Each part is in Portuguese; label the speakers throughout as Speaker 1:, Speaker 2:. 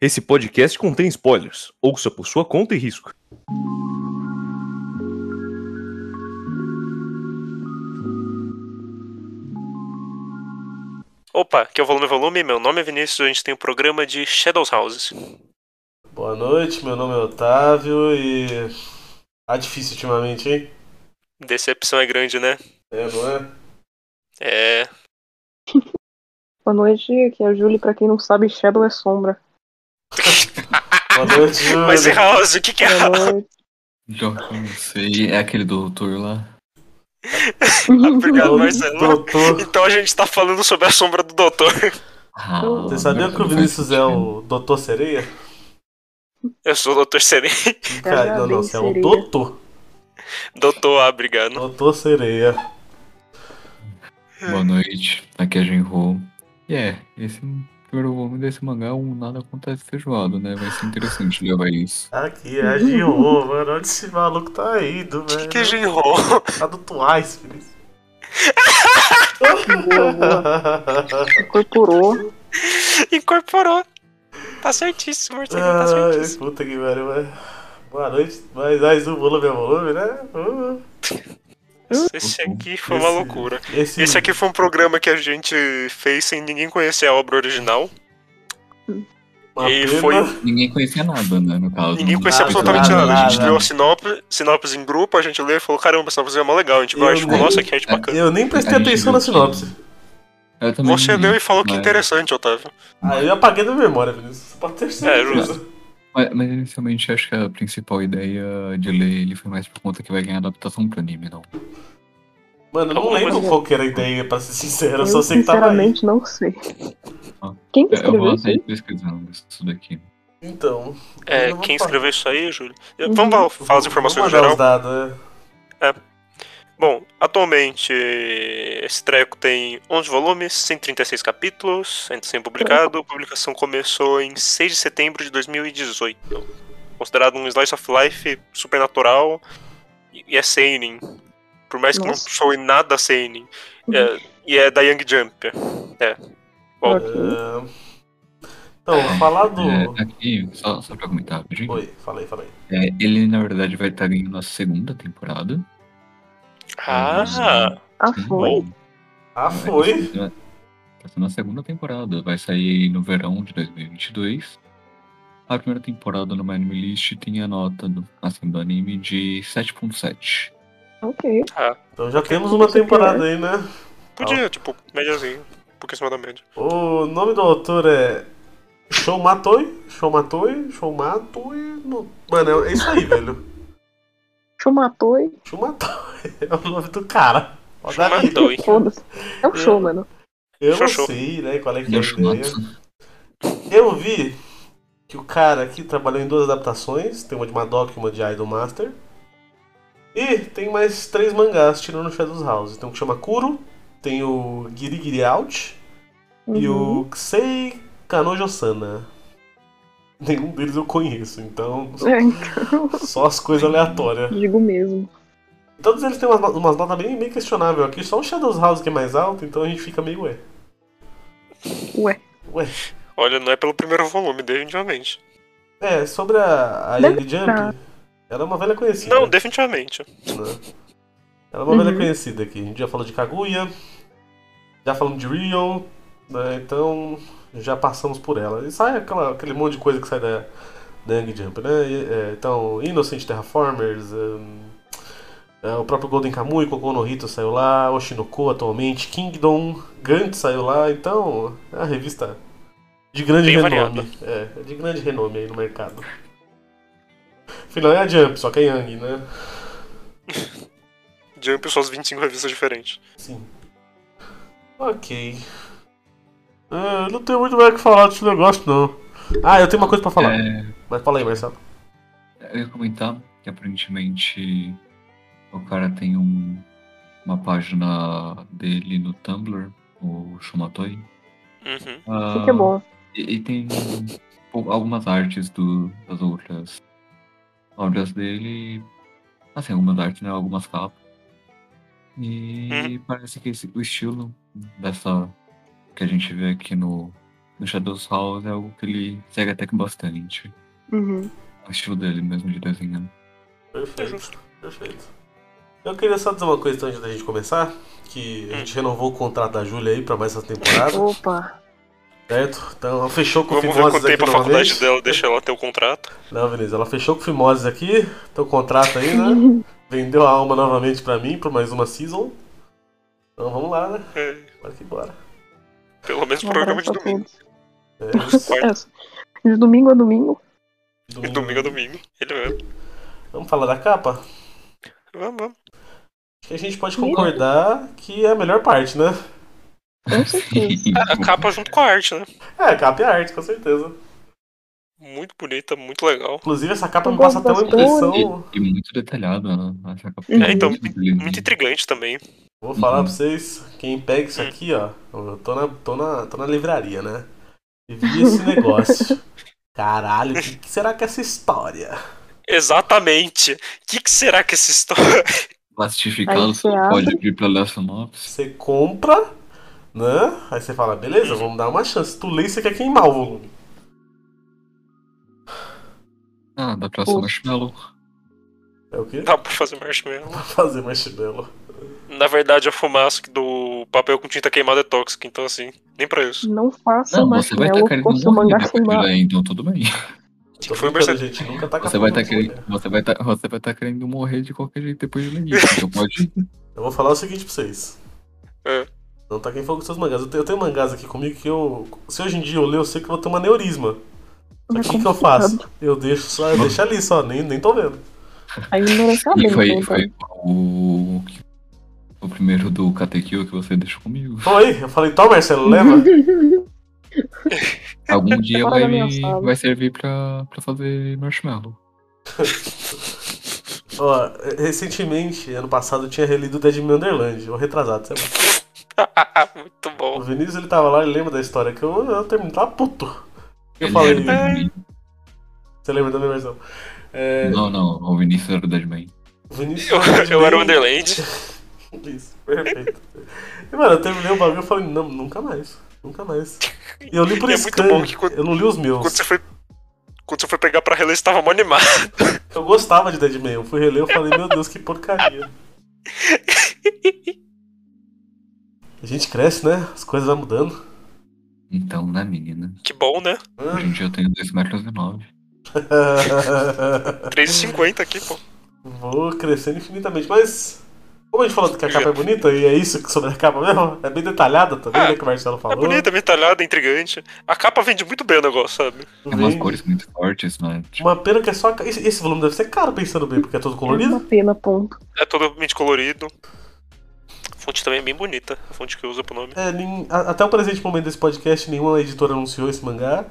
Speaker 1: Esse podcast contém spoilers. Ouça por sua conta e risco.
Speaker 2: Opa, que é o Volume Volume, meu nome é Vinícius, a gente tem o programa de Shadows Houses.
Speaker 3: Boa noite, meu nome é Otávio e. Tá difícil ultimamente, hein?
Speaker 2: Decepção é grande, né?
Speaker 3: É, não é?
Speaker 2: É.
Speaker 4: Boa noite, aqui é a Julie. Pra quem não sabe, Shadow é sombra.
Speaker 3: Boa noite, Júlio.
Speaker 2: Mas e House, o que, que é
Speaker 4: Boa
Speaker 2: House?
Speaker 4: noite.
Speaker 5: Joca, não sei. É aquele do doutor lá.
Speaker 2: Obrigado, Marcelo.
Speaker 3: Doutor.
Speaker 2: Então a gente tá falando sobre a sombra do doutor.
Speaker 5: Ah,
Speaker 3: Você sabia que o
Speaker 5: faz
Speaker 3: Vinícius é
Speaker 5: sentido.
Speaker 3: o Doutor Sereia?
Speaker 2: Eu sou o doutor Serena.
Speaker 3: Cara, não, não, você é o
Speaker 4: Sereia.
Speaker 3: Doutor.
Speaker 2: Doutor A, obrigado.
Speaker 3: Doutor Sereia.
Speaker 5: Boa noite, aqui é a Genro. E é, esse primeiro volume desse mangá é um nada acontece feijoado, né? Vai ser interessante levar isso.
Speaker 3: Aqui é a Gio, mano. Onde esse maluco tá indo,
Speaker 2: O que,
Speaker 3: velho?
Speaker 2: que é Jinro?
Speaker 3: Tá do Twice, Vinícius.
Speaker 4: Boa, boa. Incorporou.
Speaker 2: Incorporou. Tá certíssimo, Marcelo, tá
Speaker 3: Ai,
Speaker 2: certíssimo.
Speaker 3: puta que pariu, mas... Boa noite, mas mais um volume é volume, né? Uh,
Speaker 2: Esse aqui foi uma
Speaker 3: Esse-
Speaker 2: loucura.
Speaker 3: Esse,
Speaker 2: Esse aqui foi um programa que a gente fez sem ninguém conhecer a obra original.
Speaker 3: é uma
Speaker 2: e
Speaker 3: pena.
Speaker 2: foi- um
Speaker 5: Ninguém conhecia nada, né? No caso.
Speaker 2: Ninguém
Speaker 5: Não
Speaker 2: conhecia
Speaker 5: sabe
Speaker 2: absolutamente
Speaker 3: nada,
Speaker 2: nada. A gente
Speaker 3: nada.
Speaker 2: leu a sinopse, sinopse em grupo, a gente leu e falou: caramba, essa sinopse é mó legal. A gente
Speaker 3: Eu
Speaker 2: gosta, tipo,
Speaker 3: nem-
Speaker 2: nossa, que arte
Speaker 5: É.
Speaker 2: bacana.
Speaker 3: Eu nem prestei
Speaker 5: A gente
Speaker 3: atenção na
Speaker 5: viu
Speaker 3: sinopse.
Speaker 5: Eu também
Speaker 2: Você
Speaker 5: não vi,
Speaker 2: leu e falou que
Speaker 5: mas-
Speaker 2: interessante, Otávio.
Speaker 3: Ah, eu apaguei da memória, Vinícius. Pode ter certeza.
Speaker 2: É, justo.
Speaker 5: Mas, mas inicialmente acho que a principal ideia de ler ele foi mais por conta que vai ganhar adaptação pro anime, não.
Speaker 3: Mano, eu não
Speaker 2: Alguma
Speaker 3: lembro
Speaker 4: coisa-
Speaker 3: qual que era a ideia, pra ser sincero. Eu
Speaker 4: Eu
Speaker 3: só sei que tava aí.
Speaker 4: sinceramente não sei.
Speaker 5: Ah.
Speaker 4: Quem que
Speaker 5: Eu- Eu
Speaker 4: escreveu
Speaker 5: vou
Speaker 4: isso aí?
Speaker 5: até pesquisando isso daqui.
Speaker 3: Então.
Speaker 2: É,
Speaker 3: eu não
Speaker 2: quem
Speaker 3: vou
Speaker 2: escreveu isso aí, Júlio?
Speaker 4: Uhum.
Speaker 2: Vamos lá,
Speaker 3: falar.
Speaker 2: falar as informações
Speaker 3: Vamos
Speaker 2: em
Speaker 3: mandar
Speaker 2: geral.
Speaker 3: os dados, né?
Speaker 2: Bom, atualmente esse treco tem 11 volumes, 136 capítulos, ainda sem publicado. A publicação começou em 6 de setembro de 2018. Considerado um slice of life supernatural e e é seinen. Por mais que
Speaker 4: Nossa.
Speaker 2: não soe nada seinen. É, e é da Young Jump. É. Bom,
Speaker 4: Ok.
Speaker 3: É, Então, falar do...
Speaker 5: É, aqui, só, só pra comentar rapidinho.
Speaker 3: Oi, falei, falei.
Speaker 5: É, ele, na verdade, vai estar ganhando a segunda temporada.
Speaker 2: Ah,
Speaker 4: Ah,
Speaker 5: Sim,
Speaker 4: foi.
Speaker 5: vai.
Speaker 3: Ah,
Speaker 5: Vai
Speaker 4: É.
Speaker 3: foi?
Speaker 5: ser- Vai ser na segunda temporada. Vai sair no verão de 2022. A primeira temporada no Anime List tem a nota do, assim, do anime de 7.7.
Speaker 4: Ok.
Speaker 2: tá.
Speaker 3: Então já temos uma temporada aí, né?
Speaker 2: podia, tipo, médiazinho. Um pouco acima da média.
Speaker 3: O nome do autor é Shoumatoi? Shoumatoi? Shoumatoi? Não- Mano, é isso aí, velho.
Speaker 4: Chumatoi.
Speaker 3: Shoumatoi é o nome do cara. Olha aí.
Speaker 2: Shumatoi.
Speaker 4: Foda-se. É um
Speaker 3: Eu-
Speaker 4: show, mano.
Speaker 3: Eu não
Speaker 2: Xoxô.
Speaker 3: sei, né, qual é que é
Speaker 5: E
Speaker 3: a ideia.
Speaker 5: o Shumatsu.
Speaker 3: Eu vi que o cara aqui trabalhou em duas adaptações, tem uma de Madoka e uma de Idol Master. E tem mais três mangás tirando Shadows House. Tem um que chama Kuro, tem o Giri Giri Out e
Speaker 4: Uhum.
Speaker 3: o Ksei Kanojosana. Nenhum deles eu conheço, então
Speaker 4: É, então,
Speaker 3: só as coisas aleatórias.
Speaker 4: digo mesmo.
Speaker 3: Todos eles têm umas, no- umas notas bem, bem questionáveis aqui, só o Shadows House que é mais alto, então a gente fica meio ué.
Speaker 4: Ué.
Speaker 3: Ué.
Speaker 2: Olha, não é pelo primeiro volume, definitivamente.
Speaker 3: É, sobre a, a
Speaker 4: Deve
Speaker 3: Young Jump, ela é uma velha conhecida.
Speaker 2: Não, definitivamente.
Speaker 3: né? Ela é uma
Speaker 4: Uhum.
Speaker 3: velha conhecida aqui. A gente já falou de Kaguya, já falamos de Rio, né? Então já passamos por ela. E sai aquela- aquele monte de coisa que sai da, da Young Jump, né? E, é, então, Innocent Terraformers, hum, é, o próprio Golden Kamuy, Kokou no Hito saiu lá, Oshinoko atualmente, Kingdom, Gantz saiu lá. Então, é uma revista de grande
Speaker 2: Bem
Speaker 3: renome.
Speaker 2: variada.
Speaker 3: É, é de grande renome aí no mercado. Afinal, é a Jump, só que é Young, né?
Speaker 2: Jump e suas 25 revistas diferentes.
Speaker 3: Sim. Ok. É, eu não tenho muito mais o que falar desse negócio, não. Ah, eu tenho uma coisa pra falar.
Speaker 5: É,
Speaker 3: Mas fala aí, Marcelo.
Speaker 5: eu ia comentar que aparentemente o cara tem um- uma página dele no Tumblr, o Shumatoi.
Speaker 2: Uhum.
Speaker 4: Isso que é
Speaker 5: Ah,
Speaker 4: bom.
Speaker 5: E, e tem pou- algumas artes do, das outras obras dele. Assim, algumas artes, né? Algumas capas.
Speaker 2: Uhum.
Speaker 5: E parece que esse- o estilo dessa que a gente vê aqui no No Shadows House é algo que ele segue até que bastante.
Speaker 4: Uhum.
Speaker 5: O estilo dele mesmo de desenhar.
Speaker 3: Perfeito, É perfeito. Eu queria só dizer uma coisa então, antes da gente começar, que a gente renovou o contrato da Júlia aí pra mais essa temporada,
Speaker 4: Opa.
Speaker 3: certo? Então ela fechou com o
Speaker 2: Uhum. Vamos ver
Speaker 3: Fimoses
Speaker 2: quanto
Speaker 3: aqui
Speaker 2: tempo a faculdade
Speaker 3: novamente.
Speaker 2: dela deixa ela ter o contrato.
Speaker 3: Não, Vinícius, ela fechou com o Fimoses aqui, teu contrato aí,
Speaker 2: Uhum.
Speaker 4: Uhum. Um
Speaker 3: né? Vendeu a alma novamente pra mim, por mais uma season. Então vamos lá, né?
Speaker 2: É,
Speaker 3: Bora que bora.
Speaker 2: pelo menos
Speaker 4: Um
Speaker 2: programa de
Speaker 4: abraço a
Speaker 2: domingo.
Speaker 4: todos.
Speaker 3: É,
Speaker 2: Quarta
Speaker 4: É, De domingo a domingo.
Speaker 2: e domingo a domingo. Ele mesmo.
Speaker 3: Vamos falar da capa? Acho
Speaker 2: Vamos, vamos.
Speaker 3: que a gente pode concordar que é a melhor parte, né?
Speaker 4: Com certeza.
Speaker 2: É, A capa junto com a arte, né?
Speaker 3: É, a capa e a arte, com certeza.
Speaker 2: Muito bonita, muito legal.
Speaker 3: Inclusive, essa capa me
Speaker 4: Eu gosto
Speaker 3: passa até uma
Speaker 4: bastante.
Speaker 3: impressão.
Speaker 5: E, e muito detalhada, né? Essa capa
Speaker 4: É,
Speaker 2: então,
Speaker 5: muito detalhada.
Speaker 2: Muito intrigante também.
Speaker 3: Vou falar pra vocês, quem pega isso aqui, ó. Eu tô na, tô na, tô na livraria, né? E vi esse negócio. Caralho, o que, que será que é essa história?
Speaker 2: Exatamente. O que, que será que essa história.
Speaker 5: Plastificado,
Speaker 4: Aí
Speaker 5: você
Speaker 4: você
Speaker 5: pode vir pra ler a sinopse.
Speaker 3: Você compra, né? Aí você fala, beleza, vamos dar uma chance. Tu lê e você quer queimar o volume.
Speaker 5: Ah, da próxima
Speaker 4: Pô.
Speaker 5: marshmallow.
Speaker 3: É o quê?
Speaker 2: Dá pra fazer marshmallow?
Speaker 3: Pra fazer marshmallow.
Speaker 2: Na verdade, a fumaça do papel com tinta queimada é tóxica, então assim, nem pra isso.
Speaker 4: Não faça
Speaker 5: Não,
Speaker 4: mais
Speaker 5: você vai estar
Speaker 4: chinelo
Speaker 5: querendo
Speaker 4: com seu
Speaker 5: morrer
Speaker 4: mangá
Speaker 5: depois
Speaker 4: sem
Speaker 5: de
Speaker 4: mar.
Speaker 5: ler, então tudo bem.
Speaker 3: Tô
Speaker 2: Foi
Speaker 3: brincando,
Speaker 2: perce-
Speaker 3: gente. Nunca tá
Speaker 5: Você vai estar querendo, você vai tá, você vai tá querendo morrer de qualquer jeito depois de ler isso. Então pode.
Speaker 3: Eu vou falar o seguinte pra vocês.
Speaker 2: É.
Speaker 3: Não tá quem fogo com seus mangás. Eu tenho, eu tenho mangás aqui comigo que eu. Se hoje em dia eu ler, eu sei que eu vou ter um aneurisma. Só
Speaker 4: Não é
Speaker 3: que o que, que eu
Speaker 4: complicado.
Speaker 3: faço? Eu deixo só, eu deixo ali só, nem, nem tô vendo.
Speaker 4: A ignorância é
Speaker 5: E
Speaker 4: bem,
Speaker 5: foi,
Speaker 4: então.
Speaker 5: foi o. O primeiro do KTQ que você deixou comigo.
Speaker 3: Foi, eu falei, tá, Marcelo, leva.
Speaker 5: Algum dia
Speaker 4: Fora da
Speaker 5: vai,
Speaker 4: minha sala.
Speaker 5: vai servir pra, pra fazer marshmallow.
Speaker 3: Ó, recentemente, ano passado, eu tinha relido Dead Man Underland, ou retrasado, sei lá.
Speaker 2: Ah, muito bom.
Speaker 3: O Vinícius ele tava lá e lembra da história que eu, eu terminei, tava puto. Eu
Speaker 5: Ele é
Speaker 3: falei, "É."
Speaker 5: era o Deadman.
Speaker 3: você lembra também, Marcelo? É,
Speaker 5: Não, não, o Vinícius era o Deadman.
Speaker 3: o Vinícius.
Speaker 2: Eu,
Speaker 3: era de
Speaker 2: eu era um o
Speaker 3: bem-
Speaker 2: Underland.
Speaker 3: Isso, perfeito. E, mano, eu terminei o bagulho e falei, não, nunca mais. Nunca mais. E eu li por
Speaker 2: E é muito
Speaker 3: scan,
Speaker 2: bom que quando-
Speaker 3: eu não li os meus.
Speaker 2: Quando você foi. Quando você foi pegar pra relé, você tava mó animado.
Speaker 3: Eu gostava de Deadman, eu fui reler e falei, meu Deus, que porcaria. A gente cresce, né? As coisas vão mudando.
Speaker 5: Então, né, menina?
Speaker 2: Que bom, né?
Speaker 5: Hoje em dia eu tenho 2,19m.
Speaker 3: Ah.
Speaker 2: 3,50 aqui, pô.
Speaker 3: Vou crescendo infinitamente, mas... Como a gente falou que a capa é bonita, e é isso que sobre a capa mesmo, é bem detalhada também, né, que o Marcelo
Speaker 2: É
Speaker 3: falou.
Speaker 2: bonita, metalhada, intrigante. A capa vende muito bem o negócio, sabe?
Speaker 5: Tem É umas
Speaker 3: Vem-
Speaker 5: cores muito fortes, né? Tipo,
Speaker 3: Uma pena que é só... a ca- Esse, esse volume deve ser caro, pensando bem, porque é todo
Speaker 4: É
Speaker 3: colorido.
Speaker 4: uma pena, ponto.
Speaker 2: É totalmente colorido. A fonte também é bem bonita, a fonte que usa pro nome.
Speaker 3: É, nem- a- até o presente momento desse podcast, nenhuma editora anunciou esse mangá.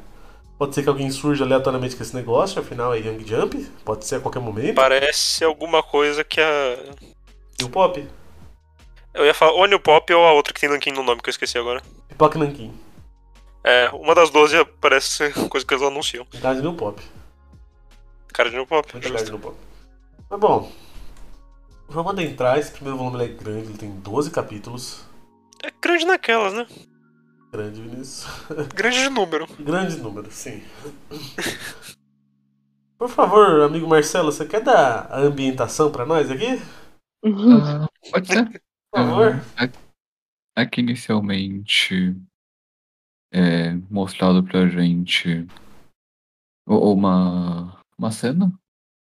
Speaker 3: Pode ser que alguém surja aleatoriamente com esse negócio, afinal é Young Jump, pode ser a qualquer momento.
Speaker 2: Parece alguma coisa que a.
Speaker 3: E o Pop?
Speaker 2: Eu ia falar ou a New Pop ou a outra que tem Nankin no nome que eu esqueci agora.
Speaker 3: Pipoca e Nankin.
Speaker 2: É, uma das 12 parece ser coisa que eles anunciam.
Speaker 3: Idade no Pop.
Speaker 2: Cara de New Pop.
Speaker 3: Muita idade
Speaker 2: justo.
Speaker 3: no Pop. Mas bom, vamos adentrar. Esse primeiro volume ele é grande, ele tem 12 capítulos.
Speaker 2: É grande naquelas, né?
Speaker 3: Grande, Vinícius.
Speaker 2: Grande de número.
Speaker 3: Grande número, sim. Por favor, amigo Marcelo, você quer dar a ambientação pra nós aqui?
Speaker 2: Uhum.
Speaker 5: ah, pode ser.
Speaker 3: Por favor.
Speaker 5: Ah, a- É que inicialmente é mostrado pra gente u- uma, uma cena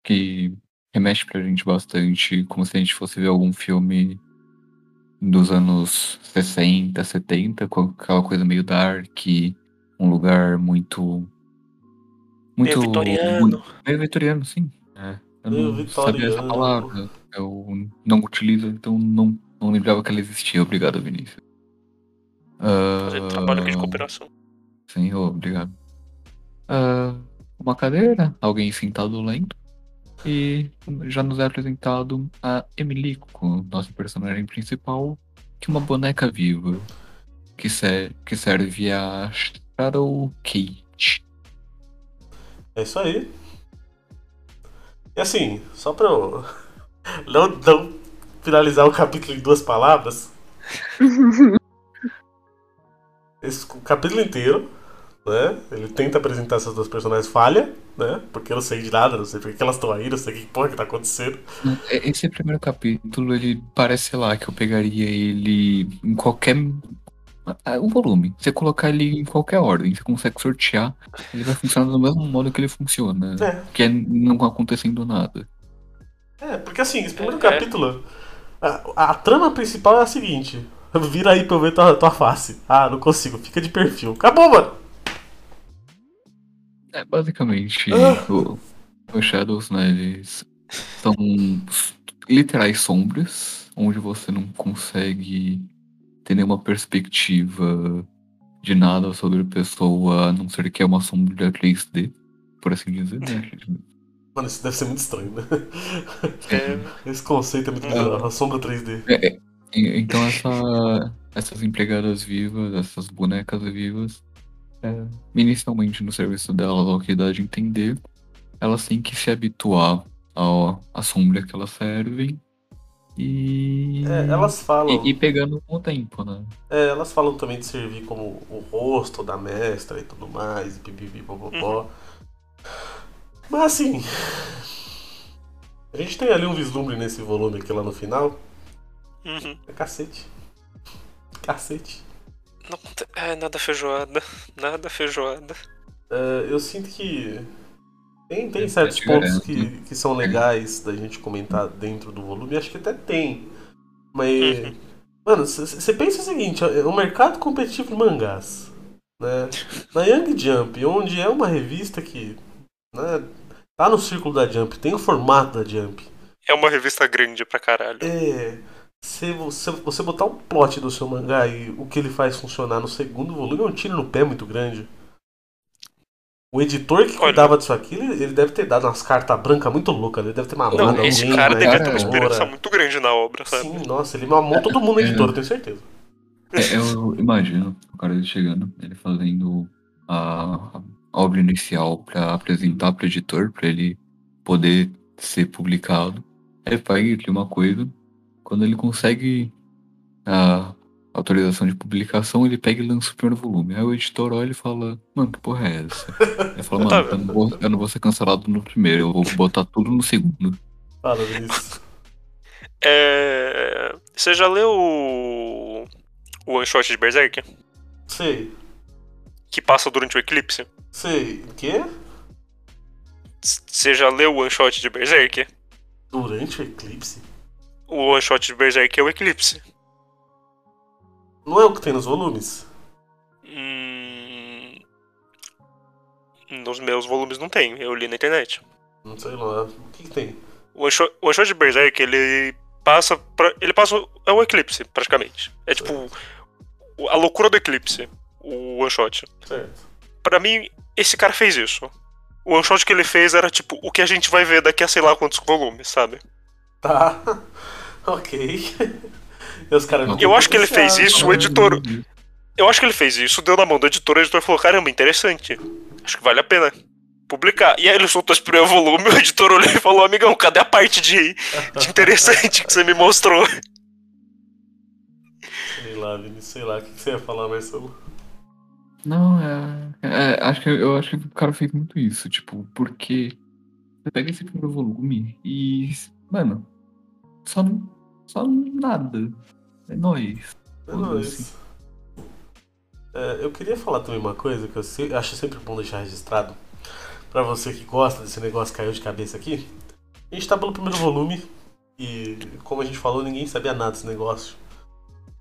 Speaker 5: que remete pra gente bastante, como se a gente fosse ver algum filme dos anos 60, 70, com aquela coisa meio dark, um lugar muito. Muito.
Speaker 2: Meio vitoriano.
Speaker 5: Meio vitoriano, sim. É. Eu
Speaker 3: Meio
Speaker 5: não sabia essa
Speaker 3: vitoriano.
Speaker 5: palavra. Eu não utilizo, então não, não lembrava que ela existia. Obrigado, Vinícius. Ah,
Speaker 2: Fazer trabalho aqui de cooperação.
Speaker 5: Sim, ô, obrigado. Ah, uma cadeira, alguém sentado lendo. E já nos é apresentado a Emilico, nossa personagem principal, que é uma boneca viva. Que, ser, que serve a Shadow Kate.
Speaker 3: É isso aí. E assim, só pra eu não, não finalizar o capítulo em duas palavras, esse capítulo inteiro né? Ele tenta apresentar essas duas personagens, falha, né? Porque eu não sei de nada, não sei porque que elas estão aí, não sei o que porra que tá acontecendo.
Speaker 5: É, Esse primeiro capítulo, ele parece, sei lá, que eu pegaria ele em qualquer. Ah, O volume. Você colocar ele em qualquer ordem, você consegue sortear, ele vai funcionar do mesmo modo que ele funciona.
Speaker 3: É.
Speaker 5: Que é não acontecendo nada.
Speaker 3: É, porque assim, esse primeiro
Speaker 2: É.
Speaker 3: capítulo, a, a trama principal é a seguinte: vira aí pra eu ver tua, tua face. Ah, não consigo, fica de perfil. Acabou, mano!
Speaker 5: É, basicamente,
Speaker 3: Ah.
Speaker 5: o- os Shadows, né, eles são literais sombras, onde você não consegue ter nenhuma perspectiva de nada sobre a pessoa, a não ser que é uma sombra 3D, por assim dizer, né?
Speaker 3: Mano, isso deve ser muito estranho, né?
Speaker 2: É,
Speaker 3: Esse conceito é muito bizarro, a sombra 3D.
Speaker 5: É, E- Então essa- essas empregadas vivas, essas bonecas vivas, é, inicialmente no serviço delas, ao que dá de entender, elas têm que se habituar ao, à sombra que elas servem e,
Speaker 3: É, elas falam.
Speaker 5: e, e pegando com o tempo, né?
Speaker 3: É, elas falam também de servir como o rosto da mestra e tudo mais, e pipipi, popopó. Mas assim. A gente tem ali um vislumbre nesse volume aqui lá no final.
Speaker 2: uhum.
Speaker 3: É cacete. Cacete.
Speaker 2: Não, é, nada feijoada. Nada feijoada.
Speaker 3: É, eu sinto que. Tem, tem
Speaker 5: É,
Speaker 3: certos
Speaker 5: é
Speaker 3: pontos
Speaker 5: diferente.
Speaker 3: que, que são legais da gente comentar dentro do volume, acho que até tem. Mas. Mano, você pensa o seguinte, ó, é o mercado competitivo de mangás, né? Na Young Jump, onde é uma revista que, né, tá no círculo da Jump, tem o formato da Jump.
Speaker 2: É uma revista grande pra caralho.
Speaker 3: É, se você, você botar um plot do seu mangá e o que ele faz funcionar no segundo volume é um tiro no pé muito grande. O editor que
Speaker 2: Olha-
Speaker 3: cuidava disso aqui, ele, ele deve ter dado umas cartas brancas muito loucas, ele deve ter mamado
Speaker 2: Não,
Speaker 5: Mano,
Speaker 2: esse
Speaker 3: alguém,
Speaker 2: cara
Speaker 3: né,
Speaker 2: devia
Speaker 5: cara,
Speaker 2: ter um uma
Speaker 3: editora.
Speaker 2: esperança muito grande na obra, sabe?
Speaker 3: Sim, nossa, ele mamou todo mundo no
Speaker 5: É.
Speaker 3: editor, eu tenho certeza.
Speaker 5: É, eu imagino o cara ele chegando, ele fazendo a, a obra inicial pra apresentar pro editor, pra ele poder ser publicado. Aí Ele pega e cria uma coisa. Quando ele consegue a autorização de publicação, ele pega e lança o primeiro volume. Aí o editor olha e fala: Mano, que porra é essa? Ele fala:
Speaker 2: Tá
Speaker 5: Mano, eu não vou, eu não vou ser cancelado no primeiro, eu vou botar tudo no segundo.
Speaker 3: Fala, Vinícius.
Speaker 2: É, Você já leu o... o One Shot de Berserk?
Speaker 3: Sei,
Speaker 2: Que passa durante o eclipse?
Speaker 3: sei. Quê?
Speaker 2: C- Você já leu o One Shot de Berserk?
Speaker 3: Durante o eclipse?
Speaker 2: O One Shot de Berserk é o eclipse.
Speaker 3: Não é o que tem nos volumes?
Speaker 2: Hum... Nos meus volumes não tem, eu li na internet.
Speaker 3: Não sei lá. O que, que tem?
Speaker 2: O One Shot, o One Shot de Berserk, ele passa. pra- ele passa. É um eclipse, praticamente. É tipo. o- A loucura do eclipse. O One Shot.
Speaker 3: Certo.
Speaker 2: Pra mim, esse cara fez isso. O One Shot que ele fez era tipo o que a gente vai ver daqui a sei lá quantos volumes, sabe?
Speaker 3: Tá. ok. E os caras
Speaker 2: Eu acho que ele fez isso, o editor. Eu acho que ele fez isso, deu na mão do editor, o editor falou: caramba, interessante. Acho que vale a pena publicar. E aí ele soltou esse primeiro volume, o editor olhou e falou: amigão, cadê a parte de, de interessante que você me mostrou?
Speaker 3: Sei lá, Vinícius, sei lá. O que, que você ia falar, Marcelo?
Speaker 5: Não, é, é, acho que eu acho que o cara fez muito isso, tipo, porque você pega esse primeiro volume e, mano, só não- só nada. É nóis.
Speaker 3: É
Speaker 5: Foda-se.
Speaker 3: nóis. É, eu queria falar também uma coisa que eu se- acho sempre bom deixar registrado. Pra você que gosta desse negócio que caiu de cabeça aqui. A gente tá pelo primeiro volume. E como a gente falou, ninguém sabia nada desse negócio.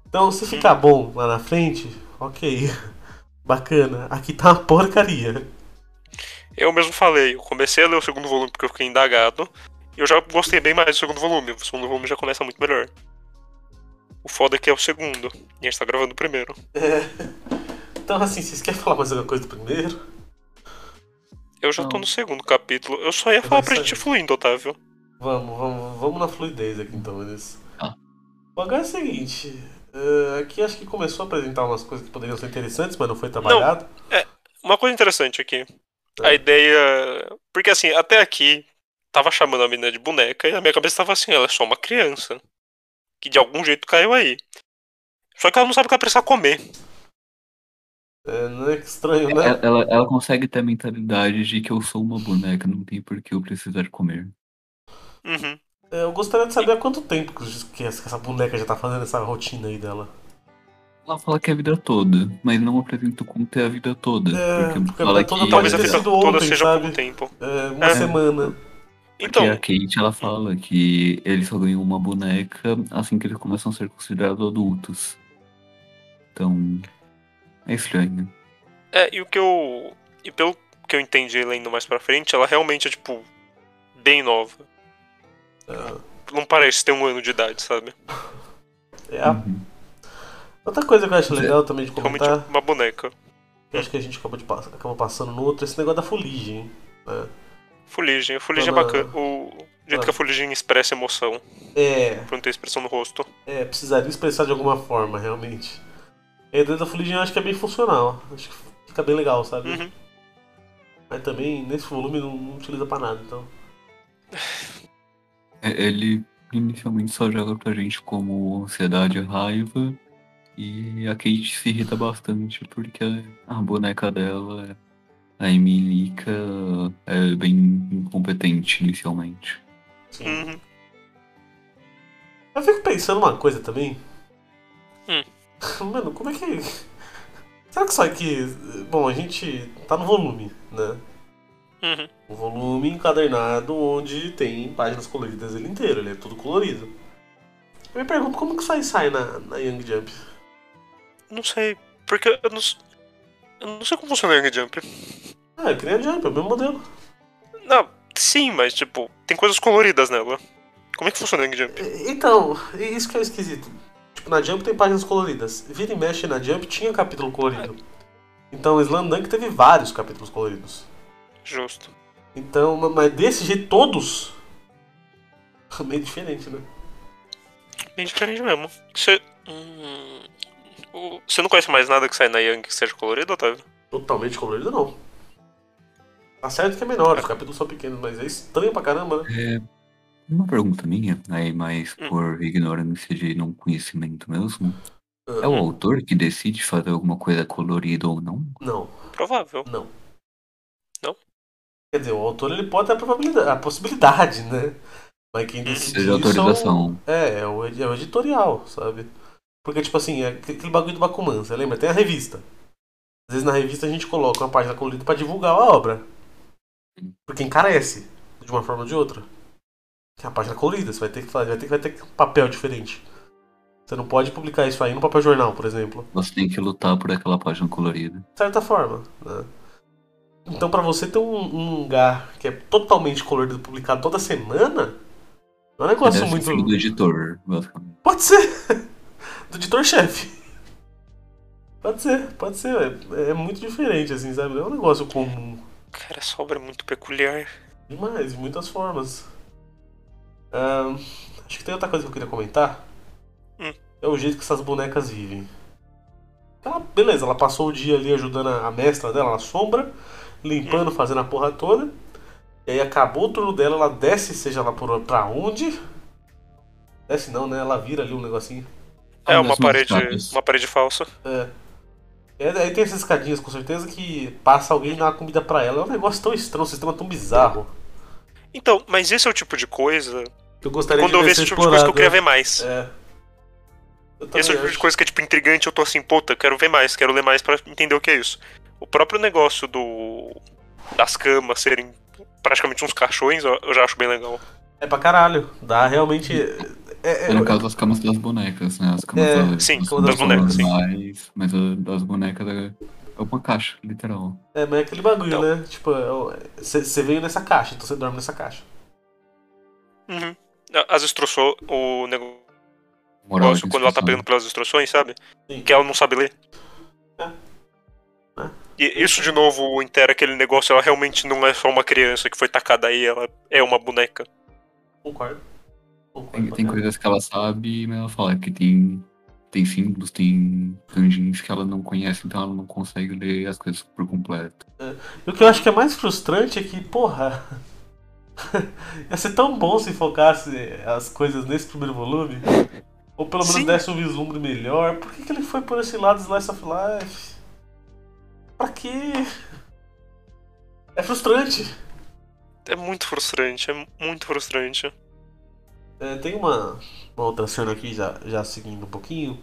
Speaker 3: Então, se ficar bom lá na frente, ok. Bacana. Aqui tá uma porcaria.
Speaker 2: Eu mesmo falei, eu comecei a ler o segundo volume porque eu fiquei indagado. E eu já gostei bem mais do segundo volume. O segundo volume já começa muito melhor. O foda é que é o segundo. E a gente tá gravando o primeiro.
Speaker 3: É. Então, assim, vocês querem falar mais alguma coisa do primeiro?
Speaker 2: Eu já tô
Speaker 5: Não.
Speaker 2: no segundo capítulo. Eu só ia
Speaker 3: vai
Speaker 2: falar pra
Speaker 3: sair.
Speaker 2: gente ir fluindo, Otávio.
Speaker 3: Vamos, vamos, vamos na fluidez aqui então, Vinícius.
Speaker 5: Tá.
Speaker 3: O H é o seguinte. eh, aqui acho que começou a apresentar umas coisas que poderiam ser interessantes, mas não foi trabalhado.
Speaker 2: Uma coisa interessante aqui.
Speaker 3: Tá.
Speaker 2: A ideia. Porque assim, até aqui, tava chamando a menina de boneca e na minha cabeça tava assim, ela é só uma criança. Que de algum jeito caiu aí. Só que ela não sabe o que ela precisa comer.
Speaker 3: É, não é que estranho, né?
Speaker 5: Ela, ela, ela consegue ter a mentalidade de que eu sou uma boneca, não tem por que eu precisar comer.
Speaker 2: Uhum.
Speaker 3: É, Eu gostaria de saber há quanto tempo que que essa boneca já tá fazendo essa rotina aí dela.
Speaker 5: Ela fala que é a vida toda, mas não apresenta o quanto é a vida toda.
Speaker 3: É,
Speaker 5: porque
Speaker 3: porque a
Speaker 5: fala
Speaker 3: vida toda
Speaker 5: que,
Speaker 2: Talvez a
Speaker 3: ter
Speaker 2: vida
Speaker 3: sido
Speaker 2: toda
Speaker 3: ontem,
Speaker 2: seja
Speaker 3: sabe?
Speaker 2: pouco tempo.
Speaker 3: É, uma
Speaker 2: É.
Speaker 3: semana.
Speaker 5: Então...
Speaker 2: Então,
Speaker 5: a Kate ela fala que eles só ganham uma boneca assim que eles começam a ser considerados adultos. Então. É estranho.
Speaker 2: É, e o que eu. E pelo que eu entendi lendo mais pra frente, ela realmente é, tipo, bem nova.
Speaker 3: Ah.
Speaker 2: Não parece ter um ano de idade, sabe?
Speaker 3: É a-
Speaker 5: Uhum.
Speaker 3: Outra coisa que eu acho legal também de
Speaker 2: Realmente
Speaker 3: comentar,
Speaker 2: uma boneca.
Speaker 3: que eu acho que a gente acabou, de pass- acabou passando no outro, é esse negócio da fuligem.
Speaker 2: Fuligem. A fuligem
Speaker 3: Ela-
Speaker 2: é bacana. O jeito
Speaker 3: ela-
Speaker 2: que a fuligem expressa emoção,
Speaker 3: É,
Speaker 2: pra não ter expressão no rosto.
Speaker 3: é, precisaria expressar de alguma forma, realmente. E dentro da fuligem eu acho que é bem funcional. Acho que fica bem legal, sabe?
Speaker 2: Uhum.
Speaker 3: Mas também nesse volume não, não utiliza pra nada, então.
Speaker 5: É, Ele inicialmente só joga pra gente como ansiedade e raiva. E a Kate se irrita bastante porque a boneca dela, a Emilica, é bem incompetente inicialmente.
Speaker 3: Sim.
Speaker 2: Uhum.
Speaker 3: assim. Eu fico pensando uma coisa também.
Speaker 2: Hum.
Speaker 3: Mano, como é que. Será que isso aqui. Bom, a gente tá no volume, né?
Speaker 2: Uhum.
Speaker 3: Um volume encadernado onde tem páginas coloridas ele inteiro, ele é tudo colorido. Eu me pergunto como que isso aí sai na, na Young Jump.
Speaker 2: Não sei. Porque eu não. s- Eu não sei como funciona o Young Jump.
Speaker 3: Ah, eu queria a Jump, é o mesmo modelo.
Speaker 2: Não, Ah, sim, mas, tipo, tem coisas coloridas nela. Como é que funciona o Young Jump?
Speaker 3: E- Então, e isso que é esquisito. Tipo, na Jump tem páginas coloridas. Vira e mexe na Jump tinha capítulo colorido. Então, Slam Dunk teve vários capítulos coloridos.
Speaker 2: Justo.
Speaker 3: Então, ma- mas desse jeito todos. Meio diferente, né?
Speaker 2: Bem diferente mesmo. Você. Hum... o- Você não conhece mais nada que sai na Young que seja colorido, Otávio?
Speaker 3: Totalmente colorido, não. Tá certo que é menor, os capítulos são pequenos, mas é estranho pra caramba, né?
Speaker 5: É, uma pergunta minha, aí mais
Speaker 2: Hum.
Speaker 5: por ignorância de não conhecimento mesmo. É o
Speaker 3: Hum.
Speaker 5: autor que decide fazer alguma coisa colorida ou não?
Speaker 3: Não,
Speaker 2: Provável.
Speaker 3: não.
Speaker 2: Não?
Speaker 3: Quer dizer, o autor ele pode ter a probabilidade, a possibilidade, né? Mas quem decide
Speaker 5: Seja
Speaker 3: isso é o-
Speaker 5: autorização.
Speaker 3: é, é o, ed- é o editorial, sabe? Porque, tipo assim, é aqu- aquele bagulho do Bakuman, você lembra? Tem a revista. Às vezes na revista a gente coloca uma página colorida pra divulgar a obra. Porque encarece, de uma forma ou de outra. Que é a página colorida, você vai ter que fazer, vai ter, que- vai ter que- um papel diferente. Você não pode publicar isso aí no papel jornal, por exemplo.
Speaker 5: Você tem que lutar por aquela página colorida.
Speaker 3: De certa forma, né? Então pra você ter um, um lugar que é totalmente colorido publicado toda semana, não é um negócio
Speaker 5: Deve ser
Speaker 3: muito.
Speaker 5: filho do assim, editor, basicamente.
Speaker 3: Pode ser. Do editor-chefe. Pode ser, pode ser. É, é muito diferente, assim, sabe? Não é um negócio comum.
Speaker 2: Cara, essa obra é muito peculiar.
Speaker 3: Demais, de muitas formas. Ahn, acho que tem outra coisa que eu queria comentar.
Speaker 2: Hum.
Speaker 3: É o jeito que essas bonecas vivem. Ela, beleza, ela passou o dia ali ajudando a a mestra dela na sombra, limpando, fazendo a porra toda. E aí acabou o turno dela, ela desce, seja lá por, pra onde. Desce não, né? Ela vira ali um negocinho.
Speaker 2: É
Speaker 5: Ah,
Speaker 2: uma
Speaker 5: das
Speaker 2: parede,
Speaker 5: mascadas.
Speaker 2: uma parede falsa.
Speaker 3: É, aí tem essas escadinhas com certeza que passa alguém e dá uma comida pra ela. É um negócio tão estranho, um sistema tão bizarro.
Speaker 2: Então, mas esse é o tipo de coisa.
Speaker 3: Eu gostaria
Speaker 2: quando
Speaker 3: de
Speaker 2: eu
Speaker 3: ver
Speaker 2: vejo
Speaker 3: ser
Speaker 2: esse tipo de coisa que eu
Speaker 3: explorado.
Speaker 2: queria ver mais.
Speaker 3: É. Eu também
Speaker 2: esse é o tipo de
Speaker 3: acho.
Speaker 2: coisa que é tipo intrigante, eu tô assim, puta, quero ver mais, quero ler mais pra entender o que é isso. O próprio negócio do. das camas serem praticamente uns caixões, eu eu já acho bem legal.
Speaker 3: É pra caralho. Dá realmente. É, é-
Speaker 5: É no caso das camas das bonecas, né? As camas
Speaker 3: É,
Speaker 5: das,
Speaker 2: sim,
Speaker 5: das-
Speaker 3: camas das
Speaker 2: bonecas, sim.
Speaker 5: normais, Mas a das bonecas é é uma caixa, literal.
Speaker 3: é, mas é aquele bagulho,
Speaker 2: Então.
Speaker 3: né? Tipo, você veio nessa caixa, então você dorme nessa caixa.
Speaker 2: Uhum. As instruções. O negócio.
Speaker 5: Moral de
Speaker 2: quando ela tá
Speaker 5: instrução.
Speaker 2: pegando pelas instruções, sabe?
Speaker 3: Sim.
Speaker 2: Que ela não sabe ler.
Speaker 3: É. É.
Speaker 2: E isso de novo intera aquele negócio, ela realmente não é só uma criança que foi tacada aí, ela é uma boneca.
Speaker 3: Concordo. Concordo.
Speaker 5: Tem,
Speaker 3: pra
Speaker 5: tem
Speaker 3: caralho.
Speaker 5: coisas que ela sabe, mas ela fala que tem, tem símbolos, tem kanjins que ela não conhece, então ela não consegue ler as coisas por completo.
Speaker 3: E o que eu acho que é mais frustrante é que, porra. ia ser tão bom se focasse as coisas nesse primeiro volume. Ou pelo menos
Speaker 2: Sim.
Speaker 3: desse um vislumbre melhor. Por que, que ele foi por esse lado Slice of Life? Pra quê? É frustrante.
Speaker 2: É muito frustrante, é muito frustrante.
Speaker 3: É, tem uma, uma outra cena aqui, já, já seguindo um pouquinho,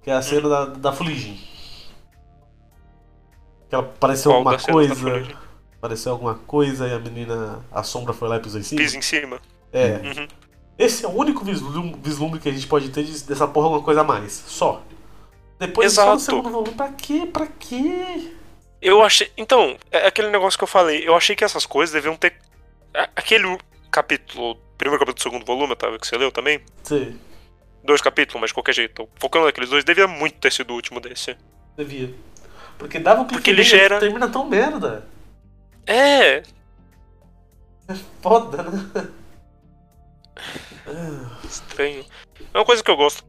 Speaker 3: que é a cena da, da Fuligin. Que ela apareceu
Speaker 2: Qual
Speaker 3: alguma
Speaker 2: das cenas tá da
Speaker 3: Então, coisa,
Speaker 2: Fuligin?
Speaker 3: apareceu alguma coisa e a menina, a sombra foi lá e pisou em cima.
Speaker 2: Pisa em cima.
Speaker 3: É.
Speaker 2: Uhum.
Speaker 3: Esse é o único vislum- vislumbre que a gente pode ter de- dessa porra alguma coisa a mais. Só. Depois
Speaker 2: Exato.
Speaker 3: só no segundo volume. Pra quê? Pra quê?
Speaker 2: Eu achei. Então, é aquele negócio que eu falei. Eu achei que essas coisas deviam ter. a- Aquele capítulo. Primeiro capítulo do segundo volume, Otávio, que você leu também.
Speaker 3: Você
Speaker 2: Dois capítulos, mas de qualquer jeito. Focando naqueles dois, devia muito ter sido o último desse.
Speaker 3: devia. Porque dava um
Speaker 2: Porque ele
Speaker 3: cliffhanger que
Speaker 2: gera-
Speaker 3: termina tão merda.
Speaker 2: É,
Speaker 3: Foda, né?
Speaker 2: estranho. É uma coisa que eu gosto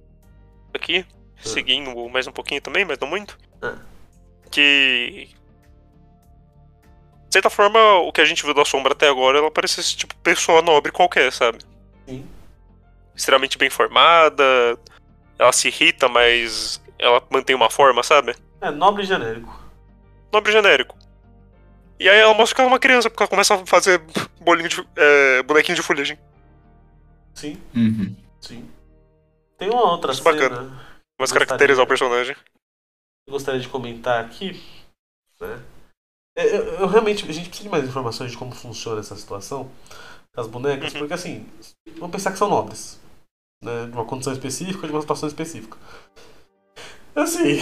Speaker 2: aqui, seguindo mais um pouquinho também, mas não muito.
Speaker 3: Ah.
Speaker 2: Que. De certa forma, o que a gente viu da sombra até agora, ela parece esse tipo de pessoa nobre qualquer, sabe?
Speaker 3: Sim.
Speaker 2: Extremamente bem formada, ela se irrita, mas ela mantém uma forma, sabe?
Speaker 3: É nobre e genérico.
Speaker 2: Nobre genérico. E aí ela mostra que ela é uma criança, porque ela começa a fazer bolinho de. é, bonequinho de folhagem.
Speaker 3: Sim,
Speaker 5: Uhum.
Speaker 3: sim. Tem uma outra
Speaker 2: Isso é
Speaker 3: cena
Speaker 2: bacana. Mas
Speaker 3: Gostaria.
Speaker 2: caracterizar o personagem.
Speaker 3: que eu gostaria de comentar aqui. Né? É, Eu, eu realmente. A gente precisa de mais informações de como funciona essa situação das bonecas,
Speaker 2: Uhum.
Speaker 3: porque assim. Vamos pensar que são nobres. Né? De uma condição específica, de uma situação específica. Assim.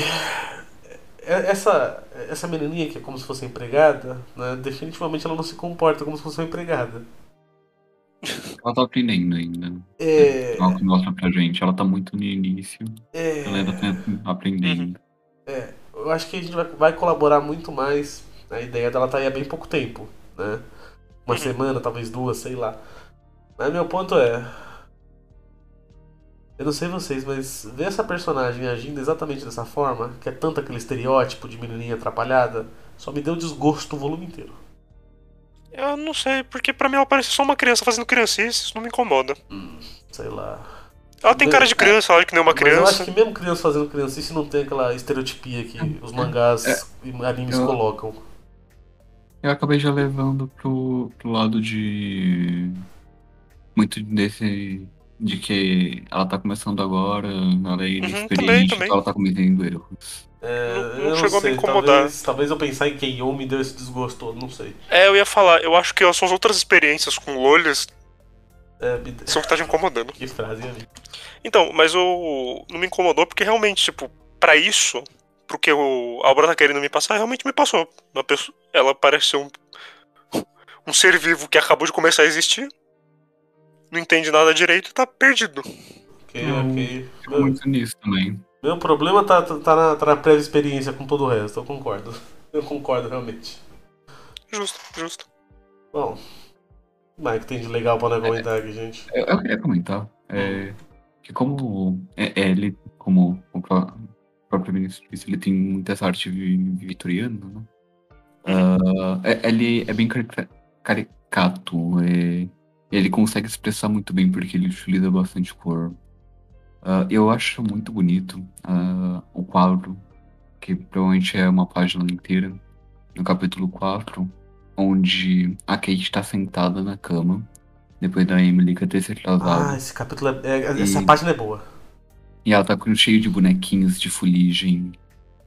Speaker 3: é- Essa, essa menininha que é como se fosse empregada, né, definitivamente ela não se comporta como se fosse uma empregada.
Speaker 5: Ela tá aprendendo ainda.
Speaker 3: É,
Speaker 5: Igual que mostra pra gente, ela tá muito no início.
Speaker 3: é,
Speaker 5: Ela ainda tá aprendendo.
Speaker 3: eu acho que a gente vai, vai colaborar muito mais. A ideia dela tá aí há bem pouco tempo, né? Uma
Speaker 2: Uhum.
Speaker 3: semana, talvez duas, sei lá. Mas meu ponto é. Eu não sei vocês, mas ver essa personagem agindo exatamente dessa forma, que é tanto aquele estereótipo de menininha atrapalhada, só me deu desgosto o volume inteiro.
Speaker 2: Eu não sei, porque pra mim ela parece só uma criança fazendo criancice, isso não me incomoda.
Speaker 3: Sei lá.
Speaker 2: Ela tem cara de criança, ela acha que nem uma
Speaker 3: É. Mas eu acho
Speaker 2: criança.
Speaker 3: que mesmo criança fazendo criança, isso não tem aquela estereotipia que os mangás e animes
Speaker 5: Eu-
Speaker 3: colocam.
Speaker 5: Eu acabei já levando pro, pro lado de. Muito desse. De que ela tá começando agora, ela é inexperiente,
Speaker 2: também, também.
Speaker 5: então ela tá cometendo erros.
Speaker 3: É,
Speaker 2: Não- não
Speaker 3: eu
Speaker 2: chegou a me
Speaker 3: sei,
Speaker 2: incomodar.
Speaker 3: Talvez, talvez eu pensar em quem me deu esse desgosto, eu não sei.
Speaker 2: É, eu ia falar, eu acho que são as outras experiências com lolhas
Speaker 3: É, me-
Speaker 2: que são que tá te incomodando.
Speaker 3: que frase hein?
Speaker 2: Então, mas o. Não me incomodou porque realmente, tipo, pra isso, pro que o, a obra tá querendo me passar, realmente me passou. Uma pessoa, ela pareceu um, um ser vivo que acabou de começar a existir, não entende nada direito e tá perdido.
Speaker 3: Ok,
Speaker 5: Não.
Speaker 3: ok.
Speaker 5: Ficou
Speaker 3: Meu,
Speaker 5: muito nisso também.
Speaker 3: meu problema tá, tá, tá na, tá na prévia experiência com todo o resto, eu concordo. Eu concordo realmente.
Speaker 2: Justo, justo.
Speaker 3: Bom, mas que tem de legal pra não aguentar aqui, gente.
Speaker 5: Eu, eu queria comentar é, que, como é, é, ele, como o pró- o próprio ministro disse, ele tem muita essa arte vi- vitoriana, né? Ah, é- ele é bem carica- caricato, é, ele consegue expressar muito bem porque ele utiliza bastante cor. Ah, eu acho muito bonito ah, o quadro, que provavelmente é uma página inteira, no capítulo 4, onde a Kate está sentada na cama, depois da Emily ter se atrasado.
Speaker 3: Ah, esse capítulo é. é- essa
Speaker 5: E-
Speaker 3: página é boa.
Speaker 5: E ela tá com- cheio de bonequinhos de fuligem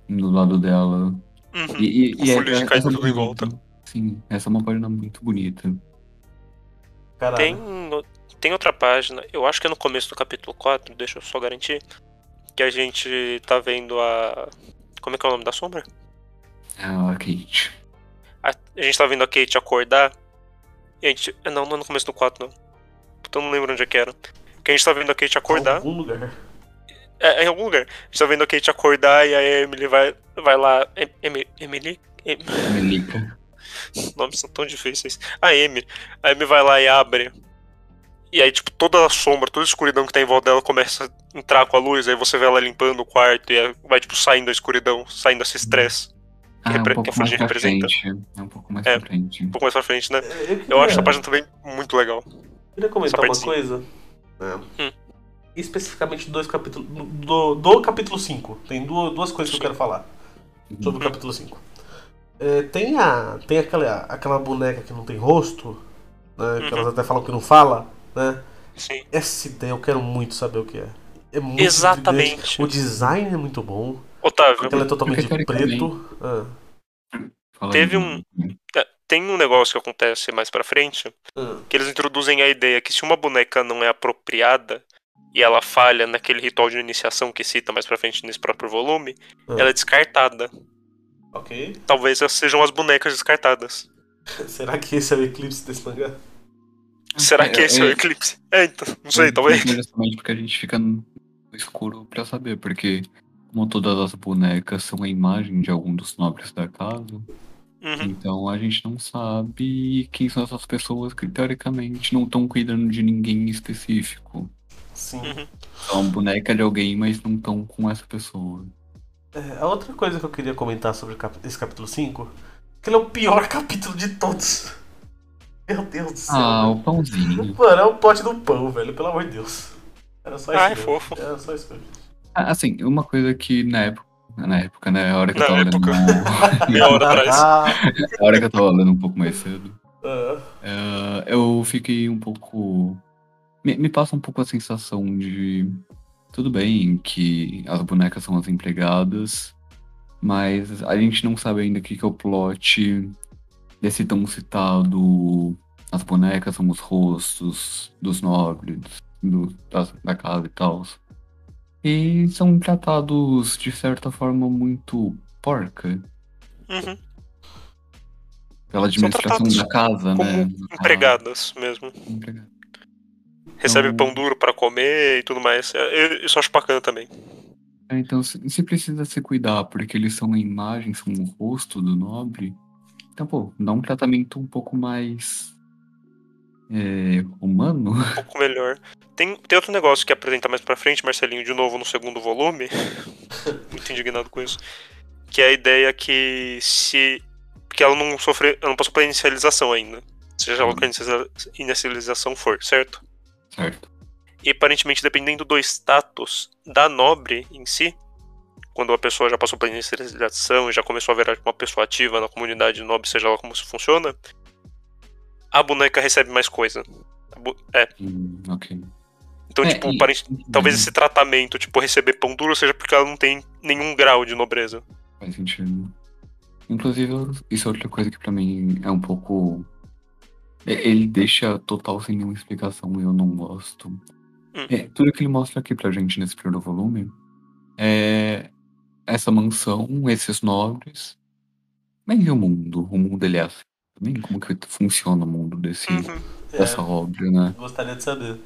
Speaker 5: do lado dela.
Speaker 2: Uhum.
Speaker 5: E, e,
Speaker 2: Com
Speaker 5: e é-
Speaker 2: fuligem
Speaker 5: é-
Speaker 2: caindo
Speaker 5: essa é
Speaker 2: tudo em
Speaker 5: muito-
Speaker 2: volta.
Speaker 5: Sim, essa é uma página muito bonita.
Speaker 3: Caralho.
Speaker 2: Tem, no- tem outra página, eu acho que é no começo do capítulo 4, deixa eu só garantir, que a gente tá vendo a. Como é que é o nome da sombra?
Speaker 5: Ah, Kate.
Speaker 2: A, a gente tá vendo a Kate acordar. E a gente. ah, Não, não é no começo do 4, não. Puta, eu não lembro onde é que era. Que a gente tá vendo a Kate acordar.
Speaker 3: Algum lugar.
Speaker 2: É, é em algum lugar. A gente tá vendo a Kate acordar e a Emily vai, vai lá. Em- Em- Emily? Em-
Speaker 5: Melica.
Speaker 2: nomes são tão difíceis. A M. A M vai lá e abre. E aí, tipo, toda a sombra, toda a escuridão que tá em volta dela começa a entrar com a luz. Aí você vê ela limpando o quarto e aí vai, tipo, saindo da escuridão, saindo desse estresse.
Speaker 5: Ah, é um
Speaker 2: repre-
Speaker 5: pouco
Speaker 2: que a
Speaker 5: mais
Speaker 2: fuligem
Speaker 5: pra
Speaker 2: representa.
Speaker 5: frente. É um pouco mais
Speaker 2: É.
Speaker 5: pra frente.
Speaker 2: Um pouco mais pra frente, né?
Speaker 3: Eu,
Speaker 2: Eu acho
Speaker 3: queria-
Speaker 2: essa página também muito legal.
Speaker 3: Queria
Speaker 2: Essa
Speaker 3: comentar uma
Speaker 2: parte sim.
Speaker 3: coisa. né?
Speaker 2: Hum.
Speaker 3: Especificamente dois capítulos.
Speaker 2: Uhum.
Speaker 3: Do, do capítulo 5. Tem duas, duas coisas que eu quero falar sobre o capítulo 5. É, tem a, tem aquela, aquela boneca que não tem rosto, né,
Speaker 2: Uhum.
Speaker 3: que elas até falam que não fala, né?
Speaker 2: Sim.
Speaker 3: Essa ideia eu quero muito saber o que é. É muito
Speaker 2: Exatamente.
Speaker 3: intrigante, O design é muito bom.
Speaker 2: Otávio,
Speaker 3: Ela é totalmente
Speaker 5: Porque teoricamente-
Speaker 3: preto. Ah,
Speaker 5: Fala
Speaker 2: Teve
Speaker 5: aí. É.
Speaker 2: um- tem um negócio que acontece mais pra frente,
Speaker 3: ah.
Speaker 2: que eles introduzem a ideia que se uma boneca não é apropriada e ela falha naquele ritual de iniciação que cita mais pra frente nesse próprio volume,
Speaker 3: Ah.
Speaker 2: ela é descartada.
Speaker 3: Ok.
Speaker 2: Talvez essas sejam as bonecas descartadas.
Speaker 3: Será que esse é o eclipse desse mangá?
Speaker 2: Será que esse é o Eclipse? É, então, não sei, talvez.
Speaker 5: É Justamente porque a gente fica no escuro pra saber, porque como todas as bonecas são a imagem de algum dos nobres da casa,
Speaker 2: Uhum.
Speaker 5: então a gente não sabe quem são essas pessoas que teoricamente não estão cuidando de ninguém em específico.
Speaker 3: Sim.
Speaker 5: São uma boneca de alguém, mas não estão com essa pessoa.
Speaker 3: É, a outra coisa que eu queria comentar sobre o cap- esse capítulo 5, que ele é o pior capítulo de todos. Meu Deus do céu.
Speaker 5: Ah,
Speaker 3: velho.
Speaker 5: o pãozinho.
Speaker 3: Mano, é o pote do pão, velho, pelo amor de Deus. Era só isso.
Speaker 2: Ai,
Speaker 3: mesmo.
Speaker 2: fofo.
Speaker 3: Era só isso. mesmo.
Speaker 5: Ah, assim, uma coisa que na época. Na época, né? A hora que eu
Speaker 2: Na
Speaker 5: tava lendo.
Speaker 2: época. Meia
Speaker 5: a
Speaker 2: hora atrás.
Speaker 3: Uhum. Ah,
Speaker 5: hora que eu tava lendo um pouco mais cedo.
Speaker 3: ah,
Speaker 5: Ah, eu fiquei um pouco. Me, me passa um pouco a sensação de. Tudo bem que as bonecas são as empregadas, mas a gente não sabe ainda o que, que é o plot desse tão citado. As bonecas são os rostos dos nobres, do, das- da casa e tal. E são tratados de certa forma muito porca
Speaker 2: Uhum.
Speaker 5: pela administração
Speaker 2: tratados
Speaker 5: da casa, né?
Speaker 2: como
Speaker 5: Da casa,
Speaker 2: Empregadas mesmo.
Speaker 5: empregada.
Speaker 2: Recebe
Speaker 5: Então-
Speaker 2: pão duro pra comer e tudo mais. É, Eu, eu só acho bacana também.
Speaker 5: É, então se- você precisa se cuidar, porque eles são a imagem, são o rosto do nobre. Então, pô, dá um tratamento um pouco mais é, humano.
Speaker 2: Um pouco melhor. Tem, tem outro negócio que apresentar mais pra frente, Marcelinho, de novo no segundo volume. Muito indignado com isso. Que é a ideia que se. que ela não sofreu. Ela não passou pela inicialização ainda. Seja lá o que a inicializa- inicialização for, certo?
Speaker 5: Certo.
Speaker 2: E aparentemente, dependendo do status da nobre em si, quando a pessoa já passou pela inicialização e já começou a virar uma pessoa ativa na comunidade nobre, seja lá como isso funciona, a boneca recebe mais coisa. A bu- É,
Speaker 5: Hum, ok.
Speaker 2: então,
Speaker 5: É,
Speaker 2: tipo,
Speaker 5: e-
Speaker 2: aparente- talvez esse tratamento, tipo, receber pão duro, seja porque ela não tem nenhum grau de nobreza.
Speaker 5: Faz sentido. Inclusive, isso é outra coisa que pra mim é um pouco. e- Ele deixa total sem nenhuma explicação e eu não gosto. É, tudo que ele mostra aqui pra gente nesse primeiro volume é essa mansão, esses nobres. Mas e o mundo? O mundo ele é assim também? Como que funciona o mundo desse,
Speaker 2: Uhum,
Speaker 5: dessa
Speaker 3: é,
Speaker 5: obra, né?
Speaker 3: gostaria de saber.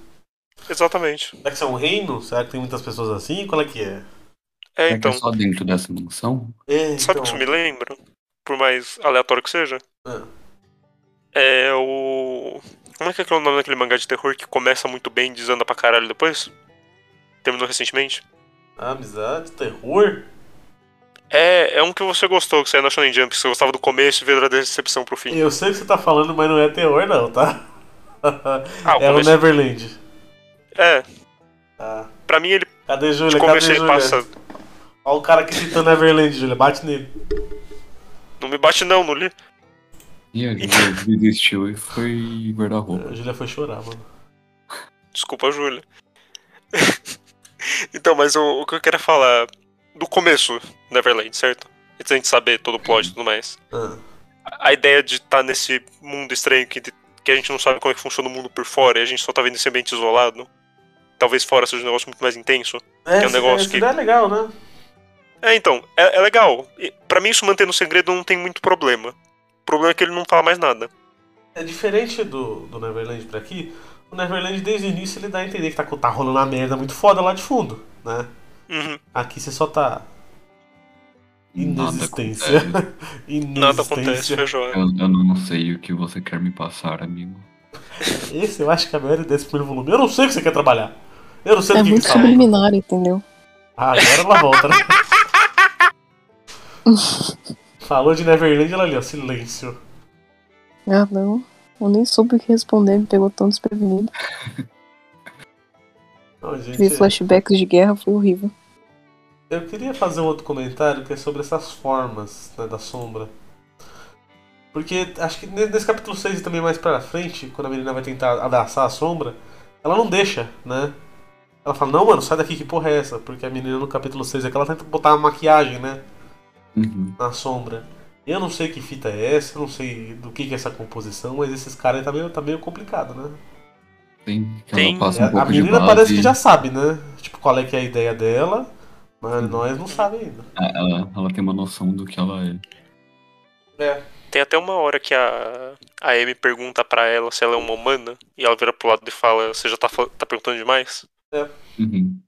Speaker 2: Exatamente.
Speaker 3: Será que isso é um reino? Será que tem muitas pessoas assim? Qual é que é?
Speaker 2: É,
Speaker 5: Será que
Speaker 2: então,
Speaker 5: é só dentro dessa mansão?
Speaker 3: É,
Speaker 2: sabe o
Speaker 3: então,
Speaker 2: que isso me lembra? Por mais aleatório que seja?
Speaker 3: Ah.
Speaker 2: É o. Como é que é o nome daquele mangá de terror que começa muito bem e desanda pra caralho depois? Terminou recentemente?
Speaker 3: Amizade, terror?
Speaker 2: É, é um que você gostou, que saiu na Shonen Jump, que você gostava do começo e veio da decepção pro fim.
Speaker 3: Eu sei o que você tá falando, mas não é terror não, tá?
Speaker 2: Ah, o
Speaker 3: é o
Speaker 2: começo.
Speaker 3: Neverland.
Speaker 2: É,
Speaker 3: Tá.
Speaker 2: pra mim ele,
Speaker 3: Cadê
Speaker 2: de
Speaker 3: Júlia? Cadê
Speaker 2: começo
Speaker 3: Júlia?
Speaker 2: ele passa.
Speaker 3: Olha o cara que citou Neverland, Júlia. Bate nele.
Speaker 2: Não me bate não, não li.
Speaker 5: E a gente desistiu e foi guarda-roupa.
Speaker 3: A Júlia foi chorar, mano.
Speaker 2: Desculpa, Júlia. então, mas o, o que eu quero falar do começo Neverland, certo? Antes da gente saber todo o plot e tudo mais.
Speaker 3: Ah,
Speaker 2: A a ideia de estar nesse mundo estranho que, que a gente não sabe como é que funciona o mundo por fora e a gente só tá vendo esse ambiente isolado. Talvez fora seja um negócio muito mais intenso.
Speaker 3: É,
Speaker 2: um negócio
Speaker 3: essa
Speaker 2: que-
Speaker 3: ideia é legal, né?
Speaker 2: É, então, é, é legal. E, pra mim, isso manter no segredo não tem muito problema. O problema é que ele não fala mais nada.
Speaker 3: É diferente do, do Neverland pra aqui. O Neverland, desde o início, ele dá a entender que tá, tá rolando uma merda muito foda lá de fundo, né?
Speaker 2: Uhum.
Speaker 3: Aqui você só tá...
Speaker 5: Nada
Speaker 3: Inexistência.
Speaker 5: acontece.
Speaker 3: Inexistência.
Speaker 2: Nada acontece, né? feijoada.
Speaker 5: Eu, eu não sei o que você quer me passar, amigo.
Speaker 3: Esse eu acho que é a maioria desse primeiro volume. Eu não sei o que você quer trabalhar. Eu não sei
Speaker 4: É
Speaker 3: do que
Speaker 4: muito
Speaker 3: você fala.
Speaker 4: subliminar, entendeu?
Speaker 3: Ah, agora ela volta, né? Falou de Neverland, ela ali, ó, silêncio.
Speaker 4: Ah, não. Eu nem soube o que responder, me pegou tão desprevenido.
Speaker 3: Não, gente,
Speaker 4: Vi flashbacks de guerra, foi horrível.
Speaker 3: eu queria fazer um outro comentário que é sobre essas formas né, da sombra. Porque acho que ne- nesse capítulo 6 e também mais pra frente, quando a menina vai tentar abraçar a sombra, ela não deixa, né? Ela fala, não, mano, sai daqui, que porra é essa? Porque a menina no capítulo 6 é que ela tenta botar uma maquiagem, né?
Speaker 5: Uhum.
Speaker 3: Na sombra. Eu não sei que fita é essa, eu não sei do que, que é essa composição, mas esses caras aí tá meio, tá meio complicado, né?
Speaker 5: Tem, que
Speaker 2: Tem-
Speaker 5: ela passa um
Speaker 3: a
Speaker 5: pouco de
Speaker 3: menina
Speaker 5: base.
Speaker 3: parece que já sabe, né? Tipo, qual é que é a ideia dela, mas nós não sabemos ainda.
Speaker 5: Ah, Ela, ela tem uma noção do que ela é.
Speaker 3: É.
Speaker 2: Tem até uma hora que a, a Amy pergunta pra ela se ela é uma humana, e ela vira pro lado e fala, você já tá, fal- tá perguntando demais?
Speaker 5: Uhum.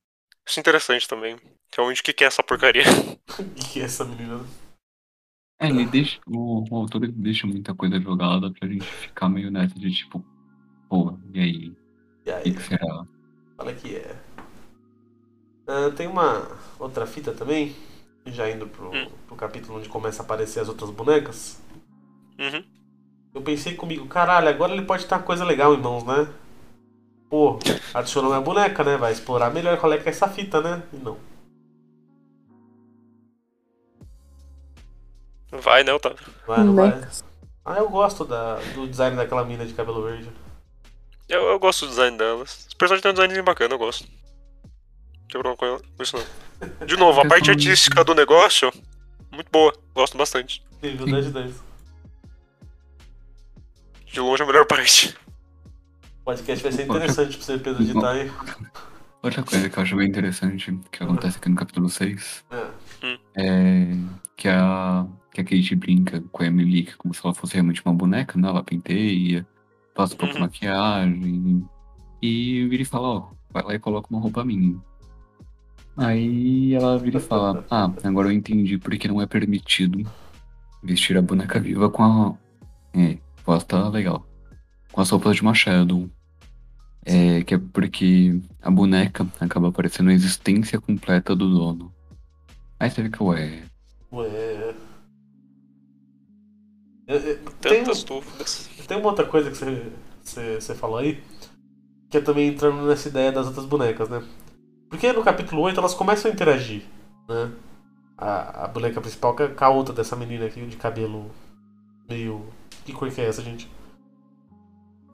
Speaker 2: Isso é interessante também. Realmente, o que que é essa porcaria?
Speaker 3: O que que é essa menina?
Speaker 5: É, ele deixa, o, o autor ele deixa muita coisa jogada pra gente ficar meio nessa de tipo, pô, e aí? O
Speaker 3: E aí?
Speaker 5: que, que será?
Speaker 3: Fala que é. Ah, tem uma outra fita também, já indo pro,
Speaker 2: Hum.
Speaker 3: pro capítulo onde começa a aparecer as outras bonecas.
Speaker 2: Uhum.
Speaker 3: Eu pensei comigo, caralho, agora ele pode ter uma coisa legal em mãos, né? Pô, adicionou minha boneca, né? Vai explorar melhor qual é que é essa fita, né? E não.
Speaker 2: Vai, né, Otávio?
Speaker 3: Vai, não vai.
Speaker 4: Bonecas.
Speaker 3: Ah, eu gosto da, do design daquela mina de cabelo verde.
Speaker 2: Eu, eu gosto do design delas. Os personagens têm um design bacana, eu gosto. Não tem problema com ela- com isso não. De novo, a parte artística do negócio, muito boa. Gosto bastante.
Speaker 3: Nível
Speaker 5: Sim.
Speaker 3: 10 de 10.
Speaker 2: De longe, a melhor parte.
Speaker 3: O podcast vai ser interessante pra você, Pedro, editar aí.
Speaker 5: Outra coisa que eu acho bem interessante que acontece aqui no capítulo 6
Speaker 3: É.
Speaker 5: é que a, que a Kate brinca com a Emily que é como se ela fosse realmente uma boneca, né? Ela penteia, passa um pouco de
Speaker 2: Uhum.
Speaker 5: maquiagem e vira e fala, ó, vai lá e coloca uma roupa minha. Aí ela vira e fala, ah, agora eu entendi porque não é permitido vestir a boneca viva com a... É, voz tá legal. Com as roupas de uma Shadow. É, que é porque a boneca acaba aparecendo a existência completa do dono. Aí você fica, ué,
Speaker 3: Ué. Eu- eu- tem-
Speaker 2: Tantas dúvidas.
Speaker 3: Tem uma outra coisa que você, você, você falou aí, que é também entrando nessa ideia das outras bonecas, né? Porque no capítulo 8 elas começam a interagir, né? A, a boneca principal é com a- com a outra dessa menina aqui de cabelo meio. Que cor que é essa, gente?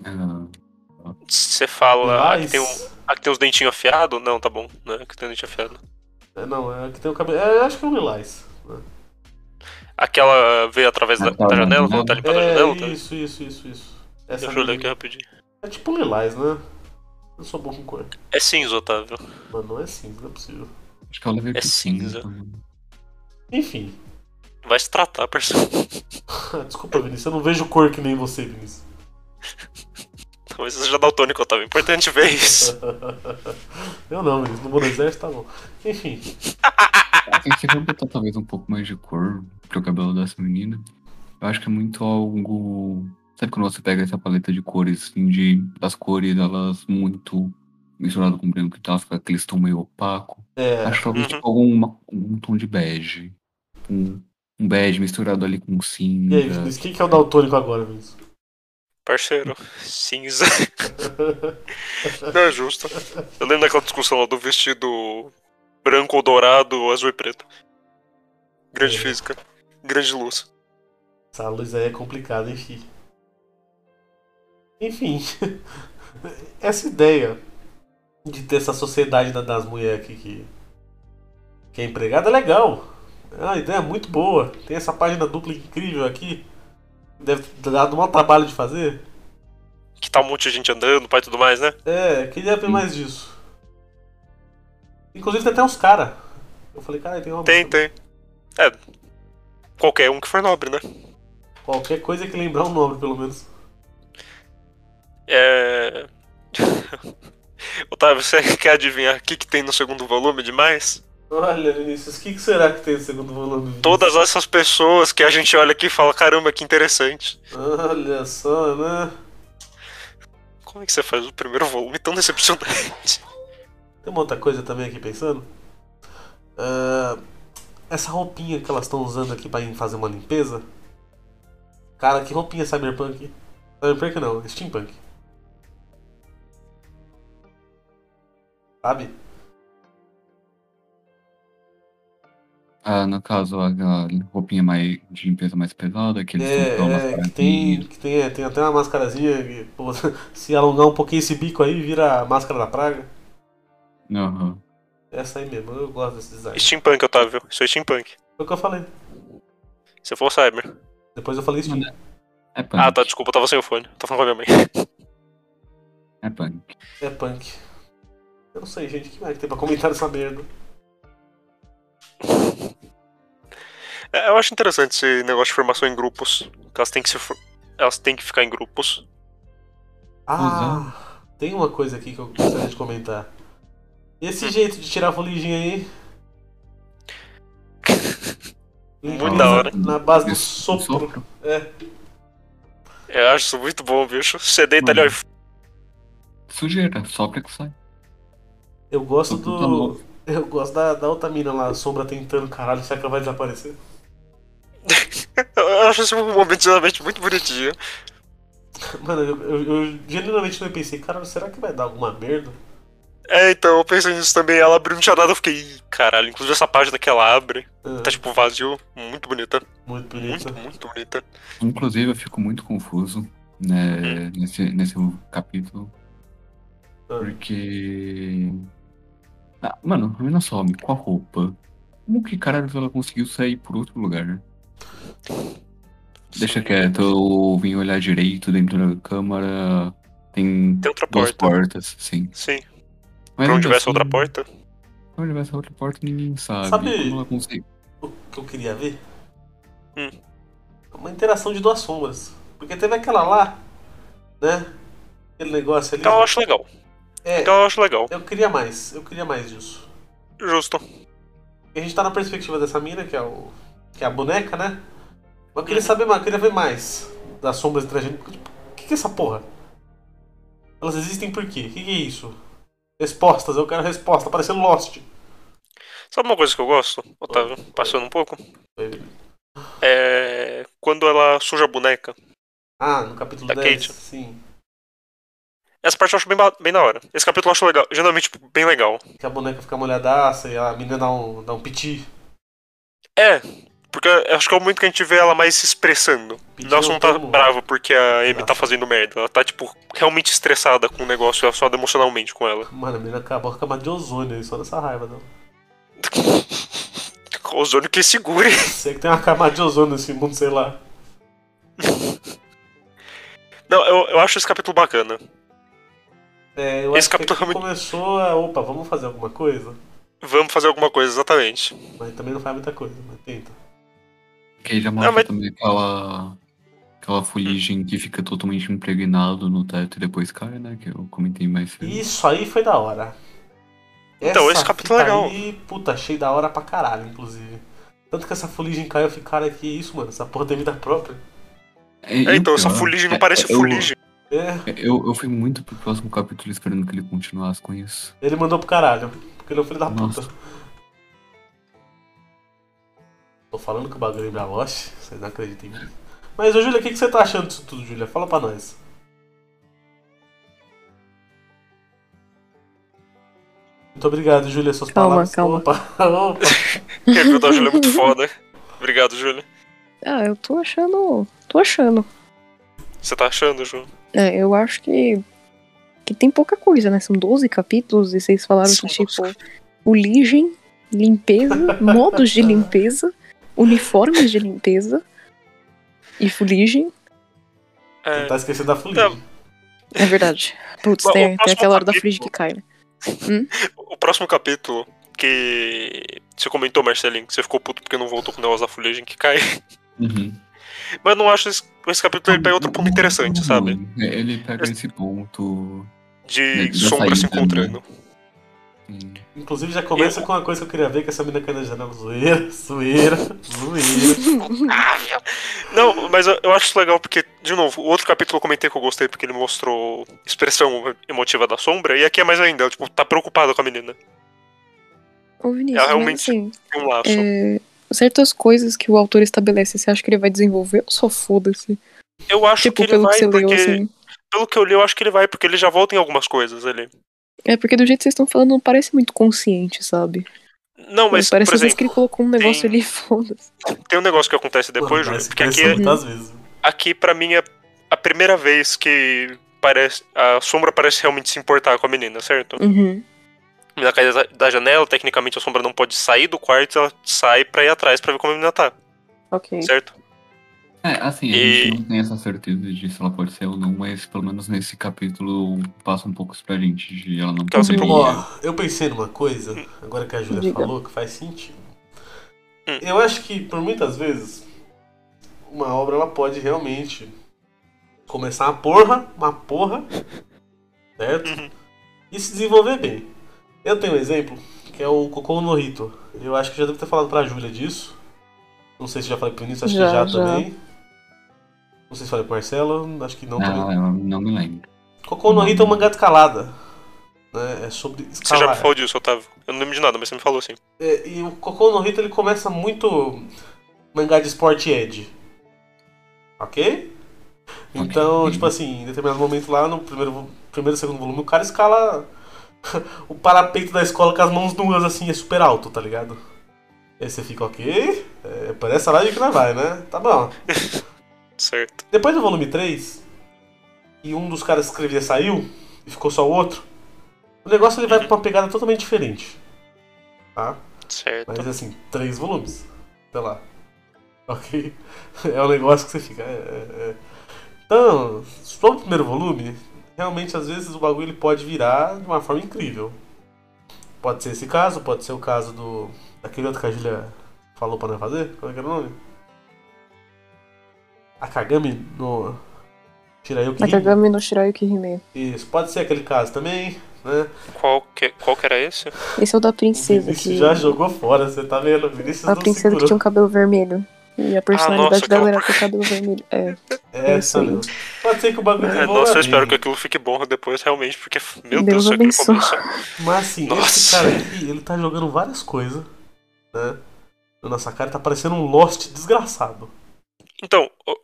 Speaker 5: ah,
Speaker 2: Você fala, ah, que tem um,
Speaker 3: Lilás?
Speaker 2: Ah, que tem uns dentinhos afiados? Não, tá bom. Não, que tem um dentinho afiado.
Speaker 3: É, Não, é a que tem o cabelo. É, eu acho que é um lilás. né?
Speaker 2: Aquela veio através da,
Speaker 5: Ah, tá,
Speaker 2: da janela,
Speaker 5: não.
Speaker 2: quando tá limpando a janela, tá?
Speaker 3: É, isso, isso, isso, isso.
Speaker 2: Deixa
Speaker 3: Essa
Speaker 2: eu olhar aqui
Speaker 3: menina-
Speaker 2: rapidinho.
Speaker 3: É tipo um lilás, né? Eu sou bom com cor.
Speaker 2: É cinza, Otávio.
Speaker 3: Mano, não é cinza, não é possível.
Speaker 5: acho que ela veio
Speaker 2: É
Speaker 5: pro cinza.
Speaker 2: cinza.
Speaker 3: Enfim.
Speaker 2: Vai se tratar, parceiro.
Speaker 3: Desculpa, Vinícius, eu não vejo cor que nem você, Vinícius.
Speaker 2: Talvez seja daltônico, Otávio. Importante ver isso.
Speaker 3: Eu não, Vinícius. No Bom Exército tá bom. Enfim,
Speaker 5: Assim, se for botar talvez um pouco mais de cor pro cabelo dessa menina, eu acho que é muito algo. Sabe quando você pega essa paleta de cores, assim, de, das cores, elas muito misturado com branco e tal, fica aquele tom meio opaco.
Speaker 3: é.
Speaker 5: Acho que talvez
Speaker 2: Uhum.
Speaker 5: tipo, alguma, um tom de bege. Um, um bege misturado ali com
Speaker 3: E
Speaker 5: cinza.
Speaker 3: aí, Vinícius, quem que é o Daltônico agora, Vinícius?
Speaker 2: Parceiro, cinza. Não é justo. Eu lembro daquela discussão lá do vestido branco ou dourado, ou azul e preto. Grande
Speaker 3: É.
Speaker 2: física. Grande luz.
Speaker 3: Essa luz aí é complicada, enfim. Enfim, essa ideia de ter essa sociedade da- das mulheres aqui que, que é empregada é legal. É uma ideia muito boa. Tem essa página dupla incrível aqui. Deve ter dado um maior trabalho de fazer.
Speaker 2: Que tá um monte de gente andando, pai e tudo mais, né?
Speaker 3: É, queria ver mais disso. Inclusive tem até uns caras. Eu falei, cara, tem uma
Speaker 2: Tem, tem. É. Qualquer um que for nobre, né?
Speaker 3: qualquer coisa que lembrar o nome, pelo menos.
Speaker 2: É. Otávio, você quer adivinhar o que, que tem no segundo volume demais?
Speaker 3: Olha, Vinícius, o que, que será que tem no segundo volume? Vinícius?
Speaker 2: Todas essas pessoas que a gente olha aqui e fala, caramba, que interessante.
Speaker 3: Olha só, né?
Speaker 2: Como é que você faz o primeiro volume tão decepcionante?
Speaker 3: Tem uma outra coisa também aqui pensando. Ah, essa roupinha que elas estão usando aqui pra ir fazer uma limpeza. Cara, que roupinha cyberpunk? Cyberpunk não, steampunk. Sabe?
Speaker 5: Ah, no caso, a, a roupinha mais, de limpeza mais pesada, que eles
Speaker 3: É,
Speaker 5: estão com a
Speaker 3: é, que tem,
Speaker 5: mascarinha.
Speaker 3: que tem, é, tem até uma mascarazinha que, pô, se alongar um pouquinho esse bico aí, vira a máscara da praga.
Speaker 5: Aham.
Speaker 3: Essa aí mesmo, eu gosto desse design.
Speaker 2: Steampunk, Otávio. Isso é steampunk.
Speaker 3: Foi o que eu falei.
Speaker 2: Você for cyber.
Speaker 3: Depois eu falei isso.
Speaker 5: É punk.
Speaker 2: Ah, tá, desculpa, eu tava sem o fone. Tô falando com a minha mãe. tipo,
Speaker 5: É punk.
Speaker 3: É punk. Eu não sei, gente, o que mais que tem pra comentar nessa merda?
Speaker 2: É, eu acho interessante esse negócio de formação em grupos. que Elas têm que, se for- elas têm que ficar em grupos.
Speaker 3: Ah,
Speaker 5: é.
Speaker 3: tem uma coisa aqui que eu gostaria de comentar.
Speaker 5: Hum.
Speaker 3: Esse jeito de tirar a fuligem aí.
Speaker 2: Muito
Speaker 3: Limpeza
Speaker 2: da hora.
Speaker 3: Na base do
Speaker 5: Isso,
Speaker 3: um sopro.
Speaker 5: Sopro.
Speaker 2: Eu acho isso muito bom, bicho. Você deita ali, ó. e f-
Speaker 5: Sujeira, sopra que sai.
Speaker 3: Eu gosto
Speaker 5: Sopro tá louco.
Speaker 3: do. Eu gosto da, da outra mina lá, a sombra tentando, caralho, será que ela vai desaparecer?
Speaker 2: Eu acho esse um momento geralmente muito bonitinho.
Speaker 3: Mano, eu, eu, eu genuinamente também pensei, caralho, será que vai dar alguma merda?
Speaker 2: É, então, eu pensei nisso também. Ela abriu, não tinha nada. Eu fiquei, "Ih, caralho. Inclusive, essa página que ela abre
Speaker 3: Ah,
Speaker 2: tá tipo vazio. Muito bonita.
Speaker 3: muito bonito. né?
Speaker 2: Muito, muito bonita.
Speaker 5: Inclusive, eu fico muito confuso né, nesse, nesse capítulo.
Speaker 3: Ah.
Speaker 5: Porque. Ah, mano, a menina some com a roupa. Como que caralho ela conseguiu sair por outro lugar? Deixa quieto, eu vim olhar direito dentro da câmara. Tem
Speaker 2: Tem outra
Speaker 5: duas
Speaker 2: porta.
Speaker 5: portas, sim.
Speaker 2: Sim.
Speaker 5: Mas
Speaker 2: Pra onde
Speaker 5: ainda
Speaker 2: tivesse
Speaker 5: assim,
Speaker 2: outra porta.
Speaker 5: Pra onde tivesse outra porta, ninguém sabe.
Speaker 3: Sabe-
Speaker 5: Como ela consegue-
Speaker 3: O que eu queria ver?
Speaker 2: Hum.
Speaker 3: Uma interação de duas sombras. Porque teve aquela lá, né? Aquele negócio ali.
Speaker 2: Então eu acho legal.
Speaker 3: é,
Speaker 2: Então eu acho legal.
Speaker 3: eu queria mais, eu queria mais disso.
Speaker 2: Justo.
Speaker 3: A gente tá na perspectiva dessa mina, que é o. que é a boneca, né? Mas eu queria saber mais, eu queria ver mais das sombras entre a gente. Porque, tipo, O que, que é essa porra? Elas existem por quê? O que, que é isso? Respostas, eu quero resposta, parecendo Lost.
Speaker 2: Sabe uma coisa que eu gosto, Otávio? Passando um pouco.
Speaker 3: Oi.
Speaker 2: É. Quando ela suja a boneca.
Speaker 3: Ah, no capítulo
Speaker 2: Da
Speaker 3: 10.
Speaker 2: Kate.
Speaker 3: Sim.
Speaker 2: Essa parte eu acho bem, ba- bem da hora. Esse capítulo eu acho legal. Geralmente, tipo, bem legal.
Speaker 3: Que a boneca fica molhadaça e a menina dá um, dá um piti.
Speaker 2: É, porque eu acho que é o momento que a gente vê ela mais se expressando.
Speaker 3: Pediu
Speaker 2: Ela só não tá
Speaker 3: como-
Speaker 2: brava porque a Amy tá
Speaker 3: Nossa.
Speaker 2: fazendo merda. Ela tá, tipo, realmente estressada com o negócio, ela só emocionalmente com ela.
Speaker 3: Mano, a menina acabou com a camada de ozônio aí, só dessa raiva, não.
Speaker 2: Ozônio que segure.
Speaker 3: Sei que tem uma camada de ozônio nesse mundo, sei lá.
Speaker 2: Não, eu, eu acho esse capítulo bacana.
Speaker 3: É, eu
Speaker 2: Esse
Speaker 3: acho
Speaker 2: capítulo
Speaker 3: que aqui
Speaker 2: realmente-
Speaker 3: começou a. Opa, vamos fazer alguma coisa?
Speaker 2: Vamos fazer alguma coisa, exatamente.
Speaker 3: Mas também não faz muita coisa, mas tenta.
Speaker 5: Que aí já mostra
Speaker 2: mas-
Speaker 5: também aquela, aquela fuligem que fica totalmente impregnado no teto e depois cai, né? Que eu comentei mais cedo.
Speaker 3: Isso aí foi da hora.
Speaker 2: Então,
Speaker 3: Essa
Speaker 2: esse capítulo é
Speaker 3: fita
Speaker 2: legal.
Speaker 3: Aí, puta, achei da hora pra caralho, inclusive. Tanto que essa fuligem caiu, eu fiquei, cara, que isso, mano? Essa porra tem vida própria.
Speaker 5: É, e
Speaker 2: É,
Speaker 5: o
Speaker 2: então, essa
Speaker 5: pior
Speaker 2: fuligem não
Speaker 5: é-
Speaker 2: parece
Speaker 5: eu-
Speaker 2: fuligem.
Speaker 3: É,
Speaker 5: Eu, eu fui muito pro próximo capítulo esperando que ele continuasse com isso.
Speaker 3: ele mandou pro caralho. Porque ele é um filho da puta.
Speaker 5: Nossa.
Speaker 3: Tô falando que o bagulho é Lost, vocês não acreditam em mim. Mas, ô Júlia, o que, que você tá achando disso tudo, Júlia? Fala pra nós. Muito obrigado, Júlia, suas
Speaker 4: Calma,
Speaker 3: palavras.
Speaker 4: calma.
Speaker 3: Opa, opa.
Speaker 2: Quer ver o Júlia é muito foda. Obrigado, Júlia.
Speaker 4: Ah, eu tô achando. Tô achando.
Speaker 2: Você tá achando, Ju?
Speaker 4: É, eu acho que. Que tem pouca coisa, né? São 12 capítulos e vocês falaram
Speaker 2: São
Speaker 4: que, tipo, fuligem, limpeza, modos de limpeza, uniformes de limpeza e fuligem.
Speaker 2: É.
Speaker 3: Tá esquecendo da fuligem.
Speaker 4: É verdade. Putz,
Speaker 2: Bom, o
Speaker 4: tem, tem
Speaker 2: próximo
Speaker 4: aquela hora da
Speaker 2: capítulo-
Speaker 4: fuligem que cai, né?
Speaker 2: O próximo capítulo que você comentou, Marcelinho, que você ficou puto porque não voltou com o negócio da fuligem que cai. Mas eu não acho esse, esse capítulo ele pega outro ponto interessante, sabe?
Speaker 5: Uhum. Ele pega esse ponto.
Speaker 2: De
Speaker 5: Da
Speaker 2: sombra se
Speaker 5: saída, né?
Speaker 2: encontrando.
Speaker 5: assim,
Speaker 3: Inclusive, já começa com uma coisa que eu queria ver, que essa mina caiu na janela. Zoeira, zoeira, zoeira.
Speaker 2: Não, mas eu, eu acho isso legal porque, de novo, o outro capítulo eu comentei que eu gostei porque ele mostrou expressão emotiva da sombra. E aqui é mais ainda, tipo, tá preocupada com a menina.
Speaker 4: Ô, Vinícius,
Speaker 2: É,
Speaker 4: mas,
Speaker 2: realmente-
Speaker 4: assim,
Speaker 2: Tem um laço.
Speaker 4: é, certas coisas que o autor estabelece, você acha que ele vai desenvolver ou só foda-se?
Speaker 2: Eu acho
Speaker 4: Tipo,
Speaker 2: que ele
Speaker 4: pelo
Speaker 2: vai
Speaker 4: que você
Speaker 2: porque.
Speaker 4: leu, assim.
Speaker 2: Pelo que eu li, eu acho que ele vai, porque ele já volta em algumas coisas ali.
Speaker 4: É porque do jeito que vocês estão falando, não parece muito consciente, sabe?
Speaker 2: Não, mas, por
Speaker 6: Parece que
Speaker 2: exemplo,
Speaker 6: ele colocou um negócio
Speaker 2: tem-
Speaker 6: ali, foda-se.
Speaker 2: tem um negócio que acontece depois, Júlio,
Speaker 3: Parece que
Speaker 2: porque aqui, é-
Speaker 3: apareceu muitas vezes.
Speaker 2: aqui para mim é a primeira vez que parece a sombra parece realmente se importar com a menina, certo?
Speaker 6: Uhum.
Speaker 2: Ela cai da- da janela, tecnicamente a sombra não pode sair do quarto, ela sai pra ir atrás pra ver como a menina tá,
Speaker 4: Ok.
Speaker 2: certo?
Speaker 5: É, assim, a
Speaker 2: E-
Speaker 5: gente não tem essa certeza de se ela pode ser ou não, mas pelo menos nesse capítulo passa um pouco isso pra gente de ela não
Speaker 2: Que ela se
Speaker 5: poderia-
Speaker 3: Ó, eu pensei numa coisa, agora que a Júlia
Speaker 4: Diga.
Speaker 3: falou, que faz sentido.
Speaker 2: Hum.
Speaker 3: Eu acho que, por muitas vezes, uma obra ela pode realmente começar uma porra, uma porra, certo?
Speaker 2: Uhum.
Speaker 3: E se desenvolver bem. Eu tenho um exemplo, que é o Cocô no Rito. Eu acho que já devo ter falado pra Júlia disso. Não sei se já falei pro Vinícius, acho
Speaker 4: Já,
Speaker 3: que já,
Speaker 4: já.
Speaker 3: também. Não sei se falei pro Marcelo, acho que não também.
Speaker 5: Ah, eu não me lembro.
Speaker 3: Cocô no Rito é um mangá de escalada. Né? É sobre
Speaker 2: Você já
Speaker 3: escalar.
Speaker 2: me falou disso, Otávio. Eu não lembro de nada, mas você me falou assim.
Speaker 3: É, e o Cocô no Rito ele começa muito mangá de esporte Ed. Ok? Então,
Speaker 5: Ok.
Speaker 3: tipo assim, em determinado momento lá, no primeiro, vo- primeiro e segundo volume, o cara escala o parapeito da escola com as mãos nuas, assim, é super alto, tá ligado? Aí você fica, ok, é, parece a live que não vai, né? Tá bom.
Speaker 2: Certo.
Speaker 3: Depois do volume 3, e um dos caras que escrevia saiu, e ficou só o outro, o negócio ele vai pra uma pegada totalmente diferente. Tá?
Speaker 2: Certo.
Speaker 3: Mas assim, três volumes. Sei lá. Ok? É um negócio que você fica. é, é, é. Então, só o primeiro volume, realmente às vezes o bagulho ele pode virar de uma forma incrível. Pode ser esse caso, pode ser o caso do. Daquele outro que a Julia falou pra não fazer? Qual é que era o nome? Akagami no. Shirayuki.
Speaker 4: Nakagami no Shirayuki Hime.
Speaker 3: Isso, pode ser aquele caso também, né?
Speaker 2: Qual que, qual que era esse?
Speaker 6: Esse é o da
Speaker 3: O
Speaker 6: princesa
Speaker 3: Vinícius
Speaker 6: que.
Speaker 3: já jogou fora, você tá vendo? O Vinícius
Speaker 6: A
Speaker 3: não
Speaker 6: princesa que
Speaker 3: segurou.
Speaker 6: tinha um cabelo vermelho. E a personalidade
Speaker 2: Ah, nossa,
Speaker 6: dela
Speaker 2: aquela-
Speaker 6: era ter cabelo vermelho. É.
Speaker 3: É,
Speaker 6: É isso aí.
Speaker 3: sabe? Pode ser que o bagulho
Speaker 2: É,
Speaker 3: desenvolva
Speaker 2: nossa, eu
Speaker 3: bem.
Speaker 2: espero que aquilo fique bom depois, realmente, porque, meu Deus,
Speaker 6: Deus
Speaker 2: do céu, aquilo
Speaker 6: abençoe.
Speaker 2: começa.
Speaker 3: Mas assim, esse
Speaker 2: Nossa.
Speaker 3: cara aqui, ele tá jogando várias coisas, né? Na nossa cara tá parecendo um Lost desgraçado.
Speaker 2: Então, ô-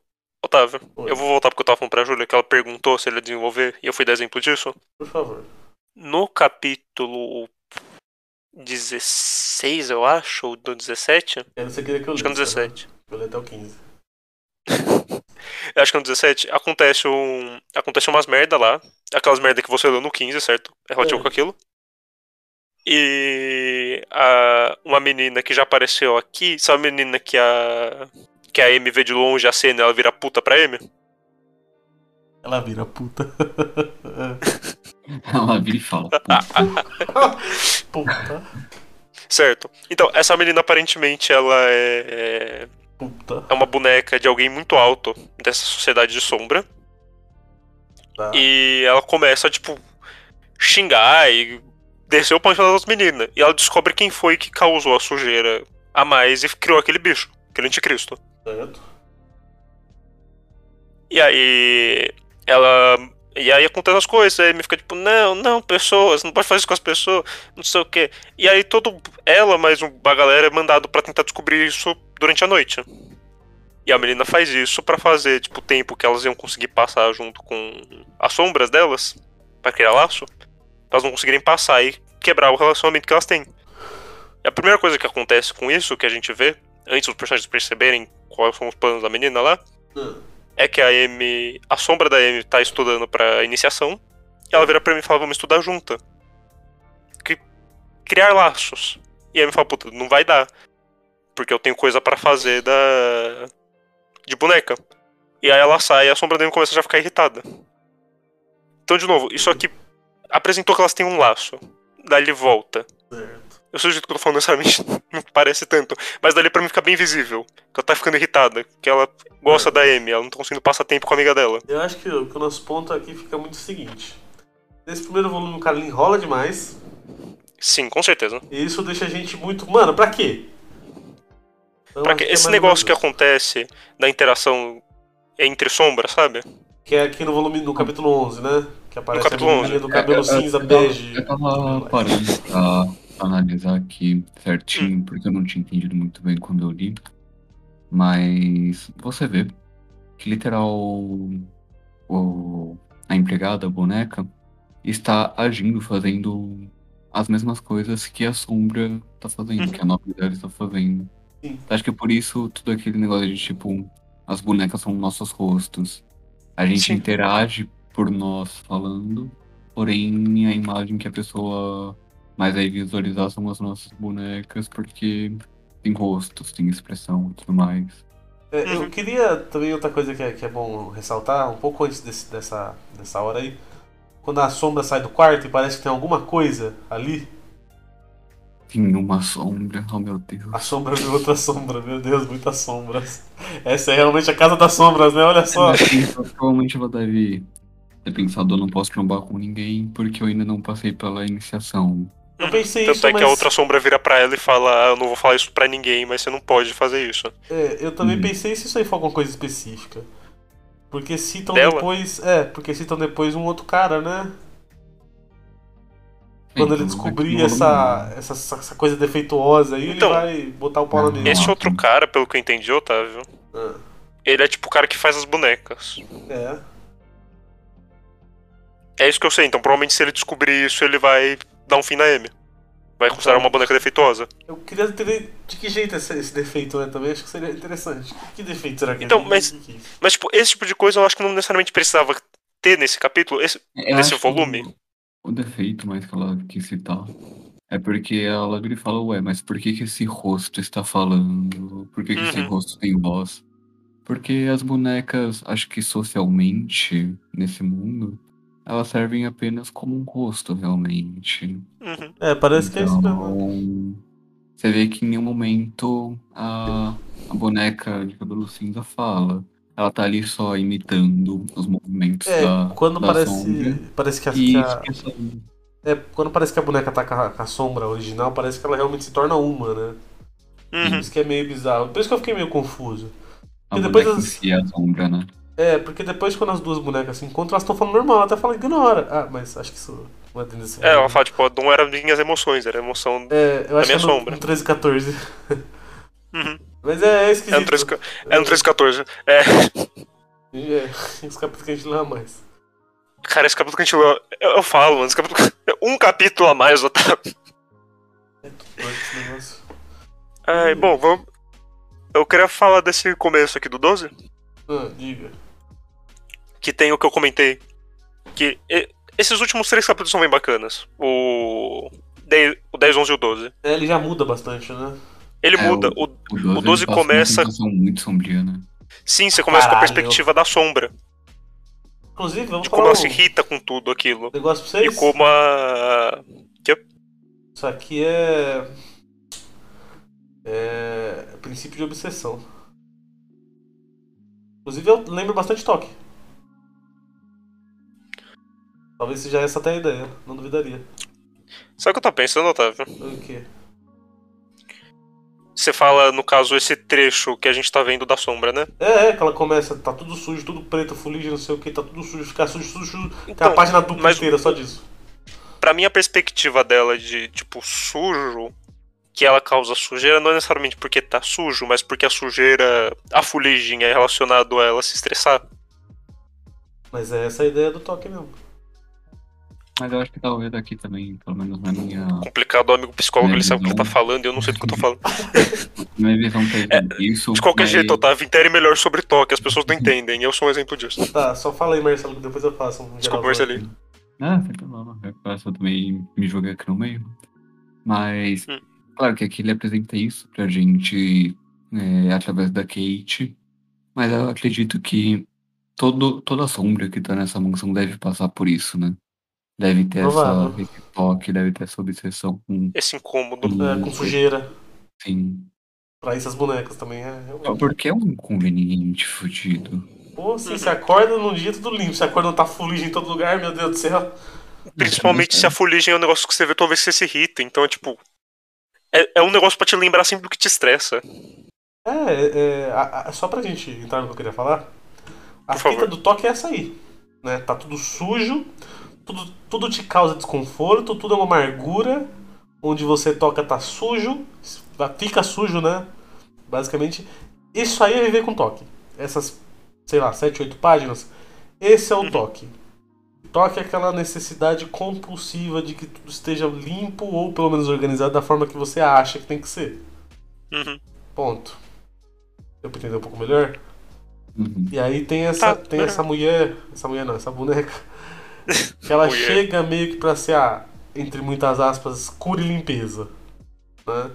Speaker 2: Otávio,
Speaker 3: Oi.
Speaker 2: eu vou voltar porque eu tava falando pra Júlia que ela perguntou se ele ia desenvolver, e eu fui dar exemplo disso.
Speaker 3: Por favor.
Speaker 2: No capítulo 16, eu acho, ou do 17? Acho
Speaker 3: Eu não sei o que é que eu li.
Speaker 2: que é no
Speaker 3: cara.
Speaker 2: 17.
Speaker 3: Eu li até o 15.
Speaker 2: Eu acho que é no 17. Acontece um. Acontece umas merda lá. Aquelas merda que você leu no 15, certo? É relativo
Speaker 3: É.
Speaker 2: com aquilo. E a, uma menina que já apareceu aqui, sabe a menina que a. que a M vê de longe a cena ela vira puta pra M?
Speaker 3: Ela vira puta.
Speaker 5: Ela vira e fala. "Puta,
Speaker 3: puta.
Speaker 2: Certo. Então, essa menina aparentemente ela é
Speaker 3: Puta.
Speaker 2: é uma boneca de alguém muito alto dessa sociedade de sombra.
Speaker 3: Tá.
Speaker 2: E ela começa, tipo, xingar e descer o pancho das meninas. E ela descobre quem foi que causou a sujeira a mais e criou aquele bicho, aquele anticristo.
Speaker 3: Certo?
Speaker 2: E aí ela. E aí acontece as coisas, aí me fica tipo, não, não, pessoas, não pode fazer isso com as pessoas, não sei o quê. E aí todo. Ela mais um- uma galera é mandado pra tentar descobrir isso durante a noite. E a menina faz isso pra fazer, tipo, o tempo que elas iam conseguir passar junto com as sombras delas, pra criar laço, elas não conseguirem passar e quebrar o relacionamento que elas têm. E a primeira coisa que acontece com isso, que a gente vê, antes dos personagens perceberem quais são os planos da menina lá,
Speaker 3: Hum.
Speaker 2: é que a Amy, a sombra da Amy tá estudando pra iniciação, e ela vira pra mim e fala, vamos estudar junta. Cri- criar laços. E a Amy fala, puta, não vai dar. Porque eu tenho coisa pra fazer da. de boneca. E aí ela sai e a sombra da Amy começa a já ficar irritada. Então, de novo, isso aqui apresentou que elas têm um laço. Dali volta.
Speaker 3: Certo.
Speaker 2: Eu sei o jeito que eu tô falando, necessariamente não parece tanto. Mas dali pra mim fica bem visível. Que ela tá ficando irritada. Que ela gosta da Amy, ela não tá conseguindo passar tempo com a amiga dela.
Speaker 3: Eu acho que o, que o nosso ponto aqui fica muito o seguinte. Nesse primeiro volume o cara ele enrola demais.
Speaker 2: Sim, com certeza.
Speaker 3: E isso deixa a gente muito. Mano, pra quê? Então,
Speaker 2: Pra
Speaker 3: acho
Speaker 2: que
Speaker 3: é
Speaker 2: esse
Speaker 3: mais ou
Speaker 2: negócio que
Speaker 3: menos
Speaker 2: acontece da interação entre sombras, sabe?
Speaker 3: isso. Que é aqui no volume, no capítulo 11, né? Que aparece
Speaker 2: capítulo
Speaker 3: a menina
Speaker 2: 11.
Speaker 3: do cabelo
Speaker 5: É, é, é,
Speaker 3: cinza,
Speaker 5: eu tava-
Speaker 3: bege.
Speaker 5: Eu tava parando pra analisar aqui certinho, porque eu não tinha entendido muito bem quando eu li. Mas você vê que literal o, a empregada, a boneca, está agindo, fazendo as mesmas coisas que a sombra tá fazendo, que a novidade tá fazendo.
Speaker 3: Sim.
Speaker 5: Acho que por isso tudo aquele negócio de tipo, as bonecas são nossos rostos. A gente
Speaker 2: Sim.
Speaker 5: interage por nós falando, porém a imagem que a pessoa mais aí visualizar são as nossas bonecas, porque tem rostos, tem expressão e tudo mais.
Speaker 3: É, Eu
Speaker 2: Uhum.
Speaker 3: queria também outra coisa que é, que é bom ressaltar, um pouco antes desse- dessa, dessa hora aí. Quando a sombra sai do quarto e parece que tem alguma coisa ali,
Speaker 5: Tem uma sombra, oh meu Deus.
Speaker 3: a sombra vê outra sombra, meu Deus, muitas sombras. Essa é realmente a casa das sombras, né? Olha só.
Speaker 2: Uhum.
Speaker 5: Mas isso Provavelmente ela deve ter pensado, eu não posso trombar com ninguém porque eu ainda não passei pela iniciação.
Speaker 3: Eu pensei
Speaker 2: Tanto
Speaker 3: isso,
Speaker 2: é que
Speaker 3: mas
Speaker 2: a outra sombra vira pra ela e fala: ah, Eu não vou falar isso pra ninguém, mas você não pode fazer isso.
Speaker 3: é, eu também
Speaker 5: Uhum.
Speaker 3: pensei se isso aí for alguma coisa específica. Porque citam
Speaker 2: Dela?
Speaker 3: depois. É, porque citam depois um outro cara, né? Quando ele
Speaker 5: Então,
Speaker 3: descobrir
Speaker 5: aquilo-
Speaker 3: essa, essa, essa coisa defeituosa aí,
Speaker 2: Então,
Speaker 3: ele vai botar o pau na
Speaker 5: não.
Speaker 3: mesa.
Speaker 2: Esse outro cara, pelo que eu entendi, Otávio,
Speaker 3: Ah,
Speaker 2: ele é tipo o cara que faz as bonecas.
Speaker 3: É.
Speaker 2: É isso que eu sei, então provavelmente se ele descobrir isso, ele vai dar um fim na M. Vai considerar uma boneca defeituosa.
Speaker 3: Eu queria entender de que jeito esse, esse defeito é também, acho que seria interessante. Que defeito será que
Speaker 2: Então,
Speaker 3: ele-
Speaker 2: mas-
Speaker 3: que-
Speaker 2: Mas, tipo, esse tipo de coisa eu acho que não necessariamente precisava ter nesse capítulo. Esse-
Speaker 5: Eu
Speaker 2: nesse
Speaker 5: acho que o-
Speaker 2: volume?
Speaker 5: O defeito mais que ela quis citar é porque ela vira e fala, ué, mas por que, que esse rosto está falando? Por que, que esse
Speaker 2: Uhum.
Speaker 5: rosto tem voz? Porque as bonecas, acho que socialmente, nesse mundo, elas servem apenas como um rosto, realmente.
Speaker 2: Uhum.
Speaker 3: É, parece que é isso mesmo.
Speaker 5: Então, você vê que em nenhum momento a, a boneca de cabelo cinza fala. Ela tá ali só imitando os movimentos
Speaker 3: É,
Speaker 5: da,
Speaker 3: quando
Speaker 5: da
Speaker 3: parece.
Speaker 5: sombra.
Speaker 3: Parece que a,
Speaker 5: E
Speaker 3: que a-
Speaker 5: expressão.
Speaker 3: é, quando parece que a boneca tá com a, com a sombra original, parece que ela realmente se torna uma, né?
Speaker 2: Uhum.
Speaker 3: Isso que é meio bizarro. Por isso que eu fiquei meio confuso.
Speaker 5: A
Speaker 3: E depois
Speaker 5: boneca em
Speaker 3: as-
Speaker 5: si é a sombra, né?
Speaker 3: É, porque depois quando as duas bonecas se encontram, elas estão falando normal, ela até fala ignora. Ah, mas acho que isso não é dentro desse
Speaker 2: É, ela
Speaker 3: volume.
Speaker 2: fala, tipo, não eram minhas emoções, era a emoção.
Speaker 3: É, eu acho que
Speaker 2: minha
Speaker 3: é no,
Speaker 2: sombra.
Speaker 3: no 13 14.
Speaker 2: Uhum.
Speaker 3: Mas é, é
Speaker 2: É no
Speaker 3: esquisito.
Speaker 2: 13, é no 1314. É,
Speaker 3: É, os capítulos que a gente lê mais.
Speaker 2: cara, esse capítulo que a gente leu. Eu, eu falo, mano, esse capítulo. Um capítulo a mais, Otávio.
Speaker 3: É tudo doido esse negócio.
Speaker 2: Ai, bom, vamos. Eu queria falar desse começo aqui do 12,
Speaker 3: Ah, diga.
Speaker 2: que tem o que eu comentei. Que e- esses últimos três capítulos são bem bacanas. O 10, o 10 11 e o 12.
Speaker 3: É, ele já muda bastante, né?
Speaker 2: Ele
Speaker 5: É,
Speaker 2: muda. O...
Speaker 5: O 12, ele
Speaker 2: 12
Speaker 5: passa uma
Speaker 2: começa-
Speaker 5: sensação muito sombria, né?
Speaker 2: Sim, você começa com a
Speaker 3: Caralho.
Speaker 2: perspectiva da sombra.
Speaker 3: Inclusive, vamos
Speaker 2: De como
Speaker 3: falar
Speaker 2: ela se
Speaker 3: um
Speaker 2: irrita com tudo aquilo.
Speaker 3: negócio pra
Speaker 2: E
Speaker 3: vocês.
Speaker 2: como a.
Speaker 3: Isso aqui é... É... Princípio de obsessão. Inclusive, eu lembro bastante toque. Talvez seja essa até a ideia, não duvidaria.
Speaker 2: Sabe o que eu tava pensando, Otávio?
Speaker 3: O quê?
Speaker 2: Você fala, no caso, esse trecho que a gente tá vendo da sombra, né?
Speaker 3: É, é, que ela começa, tá tudo sujo, tudo preto, fuligem, não sei o que, tá tudo sujo, fica sujo, sujo, sujo. Tem uma
Speaker 2: Então,
Speaker 3: página dupla
Speaker 2: mas-
Speaker 3: inteira só disso.
Speaker 2: pra mim, a perspectiva dela de, tipo, sujo, que ela causa sujeira, não é necessariamente porque tá sujo, mas porque a sujeira, a fuligem é relacionado a ela se estressar.
Speaker 3: Mas é essa a ideia do toque mesmo.
Speaker 5: Mas eu acho que talvez aqui também, pelo menos na minha,
Speaker 2: Complicado, o amigo psicólogo,
Speaker 5: É,
Speaker 2: ele sabe o que ele tá
Speaker 5: não.
Speaker 2: falando e eu não sei do que eu tô falando.
Speaker 5: na minha visão, teve isso.
Speaker 2: É,
Speaker 5: é,
Speaker 2: De qualquer
Speaker 5: mas-
Speaker 2: jeito, Otávio, intere melhor sobre toque, as pessoas não entendem, eu sou um exemplo disso.
Speaker 3: Tá, só fala aí, Marcelo, que depois eu faço um geral.
Speaker 2: Desculpa, Marcelinho.
Speaker 5: Ah, sem problema. Eu posso também me jogar aqui no meio. Mas,
Speaker 2: Hum.
Speaker 5: claro que aqui ele apresenta isso pra gente é, através da Kate. Mas eu acredito que todo, toda sombra que tá nessa mansão deve passar por isso, né? Deve ter essa,
Speaker 3: Provável.
Speaker 5: esse toque, deve ter essa obsessão com.
Speaker 2: Esse incômodo.
Speaker 5: com
Speaker 3: É, com sujeira.
Speaker 5: Sim.
Speaker 3: Pra isso as bonecas também, é. realmente.
Speaker 5: Porque é um inconveniente fudido.
Speaker 3: Pô, assim,
Speaker 2: Uhum.
Speaker 3: você acorda num dia tudo limpo, você acorda tá fuligem em todo lugar, meu Deus do céu.
Speaker 2: Principalmente se a fuligem é um negócio que você vê toda vez que você se irrita, então é tipo. É, é um negócio pra te lembrar sempre do que te estressa.
Speaker 3: É, é, a- a- só pra gente entrar no que eu queria falar. A
Speaker 2: Por
Speaker 3: fita
Speaker 2: favor.
Speaker 3: do toque é essa aí. Né? Tá tudo sujo, tudo, tudo te causa desconforto, tudo é uma amargura. Onde você toca tá sujo, tá, fica sujo, né? Basicamente. Isso aí
Speaker 2: Uhum.
Speaker 3: é viver com toque. Essas, sei lá, 7, 8 páginas. Esse é o toque. Toque aquela necessidade compulsiva de que tudo esteja limpo ou pelo menos organizado da forma que você acha que tem que ser.
Speaker 2: Uhum.
Speaker 3: Ponto. Deu pra entender um pouco melhor?
Speaker 5: Uhum.
Speaker 3: E aí tem
Speaker 2: Tá,
Speaker 3: essa, tem
Speaker 2: tá.
Speaker 3: essa mulher. Essa mulher não, essa boneca. Que ela
Speaker 2: Mulher.
Speaker 3: chega meio que pra ser a, entre muitas aspas, cura e limpeza. Né?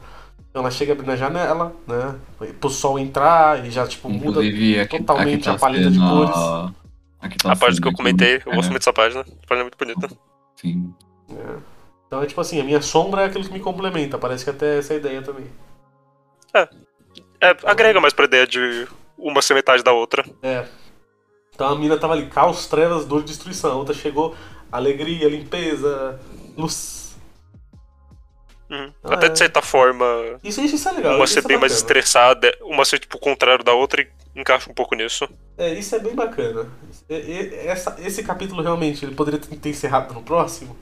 Speaker 3: Então ela chega abrindo a janela, né? Pro sol entrar e já, tipo, muda.
Speaker 5: Inclusive, aqui,
Speaker 3: totalmente
Speaker 5: aqui tá
Speaker 3: a paleta de
Speaker 5: sendo
Speaker 3: cores.
Speaker 5: a- Aqui tá
Speaker 2: A parte
Speaker 5: sendo
Speaker 2: que eu
Speaker 5: aqui,
Speaker 2: comentei, eu
Speaker 5: é,
Speaker 2: gosto muito dessa página. A página é muito bonita.
Speaker 5: Sim.
Speaker 3: É. Então é tipo assim, a minha sombra é aquilo que me complementa. Parece que até essa ideia também.
Speaker 2: É, agrega mais pra ideia de uma ser metade da outra.
Speaker 3: É. Então a mina tava ali, caos, trevas, dor e destruição. A outra chegou, alegria, limpeza, luz.
Speaker 2: Uhum.
Speaker 3: Ah,
Speaker 2: Até
Speaker 3: é.
Speaker 2: de certa forma,
Speaker 3: Isso, isso, isso é legal.
Speaker 2: uma
Speaker 3: isso é
Speaker 2: ser bem mais
Speaker 3: bacana.
Speaker 2: estressada, uma ser tipo o contrário da outra e encaixa um pouco nisso.
Speaker 3: É, isso é bem bacana. E- e- essa- esse capítulo realmente, ele poderia ter ter encerrado no próximo.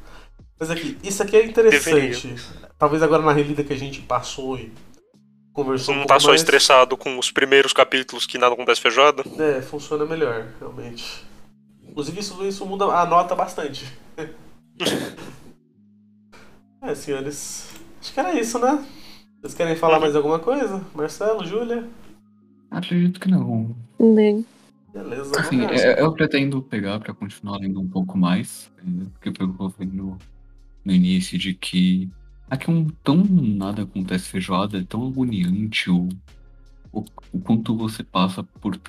Speaker 3: Mas aqui, isso aqui é interessante. Talvez agora na relida que a gente passou e
Speaker 2: Você
Speaker 3: conversou um
Speaker 2: não
Speaker 3: pouco
Speaker 2: tá só
Speaker 3: mais,
Speaker 2: estressado com os primeiros capítulos que nada acontece feijoada.
Speaker 3: É, funciona melhor, realmente. Inclusive, isso, isso muda a nota bastante. é, senhores. Acho que era isso, né? Vocês querem falar mais alguma coisa? Marcelo, Júlia?
Speaker 5: Acredito que não.
Speaker 6: Né?
Speaker 3: Beleza.
Speaker 5: Assim,
Speaker 3: vamos lá.
Speaker 5: é- eu pretendo pegar pra continuar lendo um pouco mais, é, porque pelo que eu falei no, no início de que aqui um tão nada acontece feijoada, é tão agoniante o, o, o quanto você passa por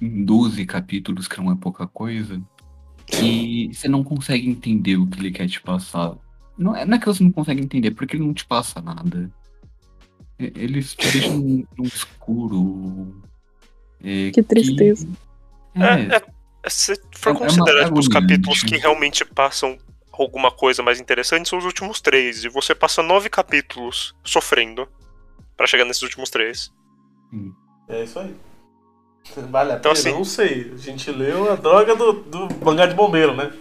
Speaker 5: em 12 capítulos, que não é pouca coisa, e você não consegue entender o que ele quer te passar. Não é, não é que você não consegue entender, porque ele não te passa nada. E- Eles te deixam num num escuro. é,
Speaker 6: Que tristeza.
Speaker 5: É,
Speaker 2: É, é, se for
Speaker 5: É- é uma-
Speaker 2: considerar
Speaker 5: é
Speaker 2: tipo, os
Speaker 5: agoniante.
Speaker 2: capítulos que realmente passam alguma coisa mais interessante, são os últimos três. E você passa nove capítulos sofrendo pra chegar nesses últimos três.
Speaker 3: É isso aí. Vale a
Speaker 2: Então,
Speaker 3: pena?
Speaker 2: assim-
Speaker 3: Não sei. A gente leu a droga do, do mangá de bombeiro, né?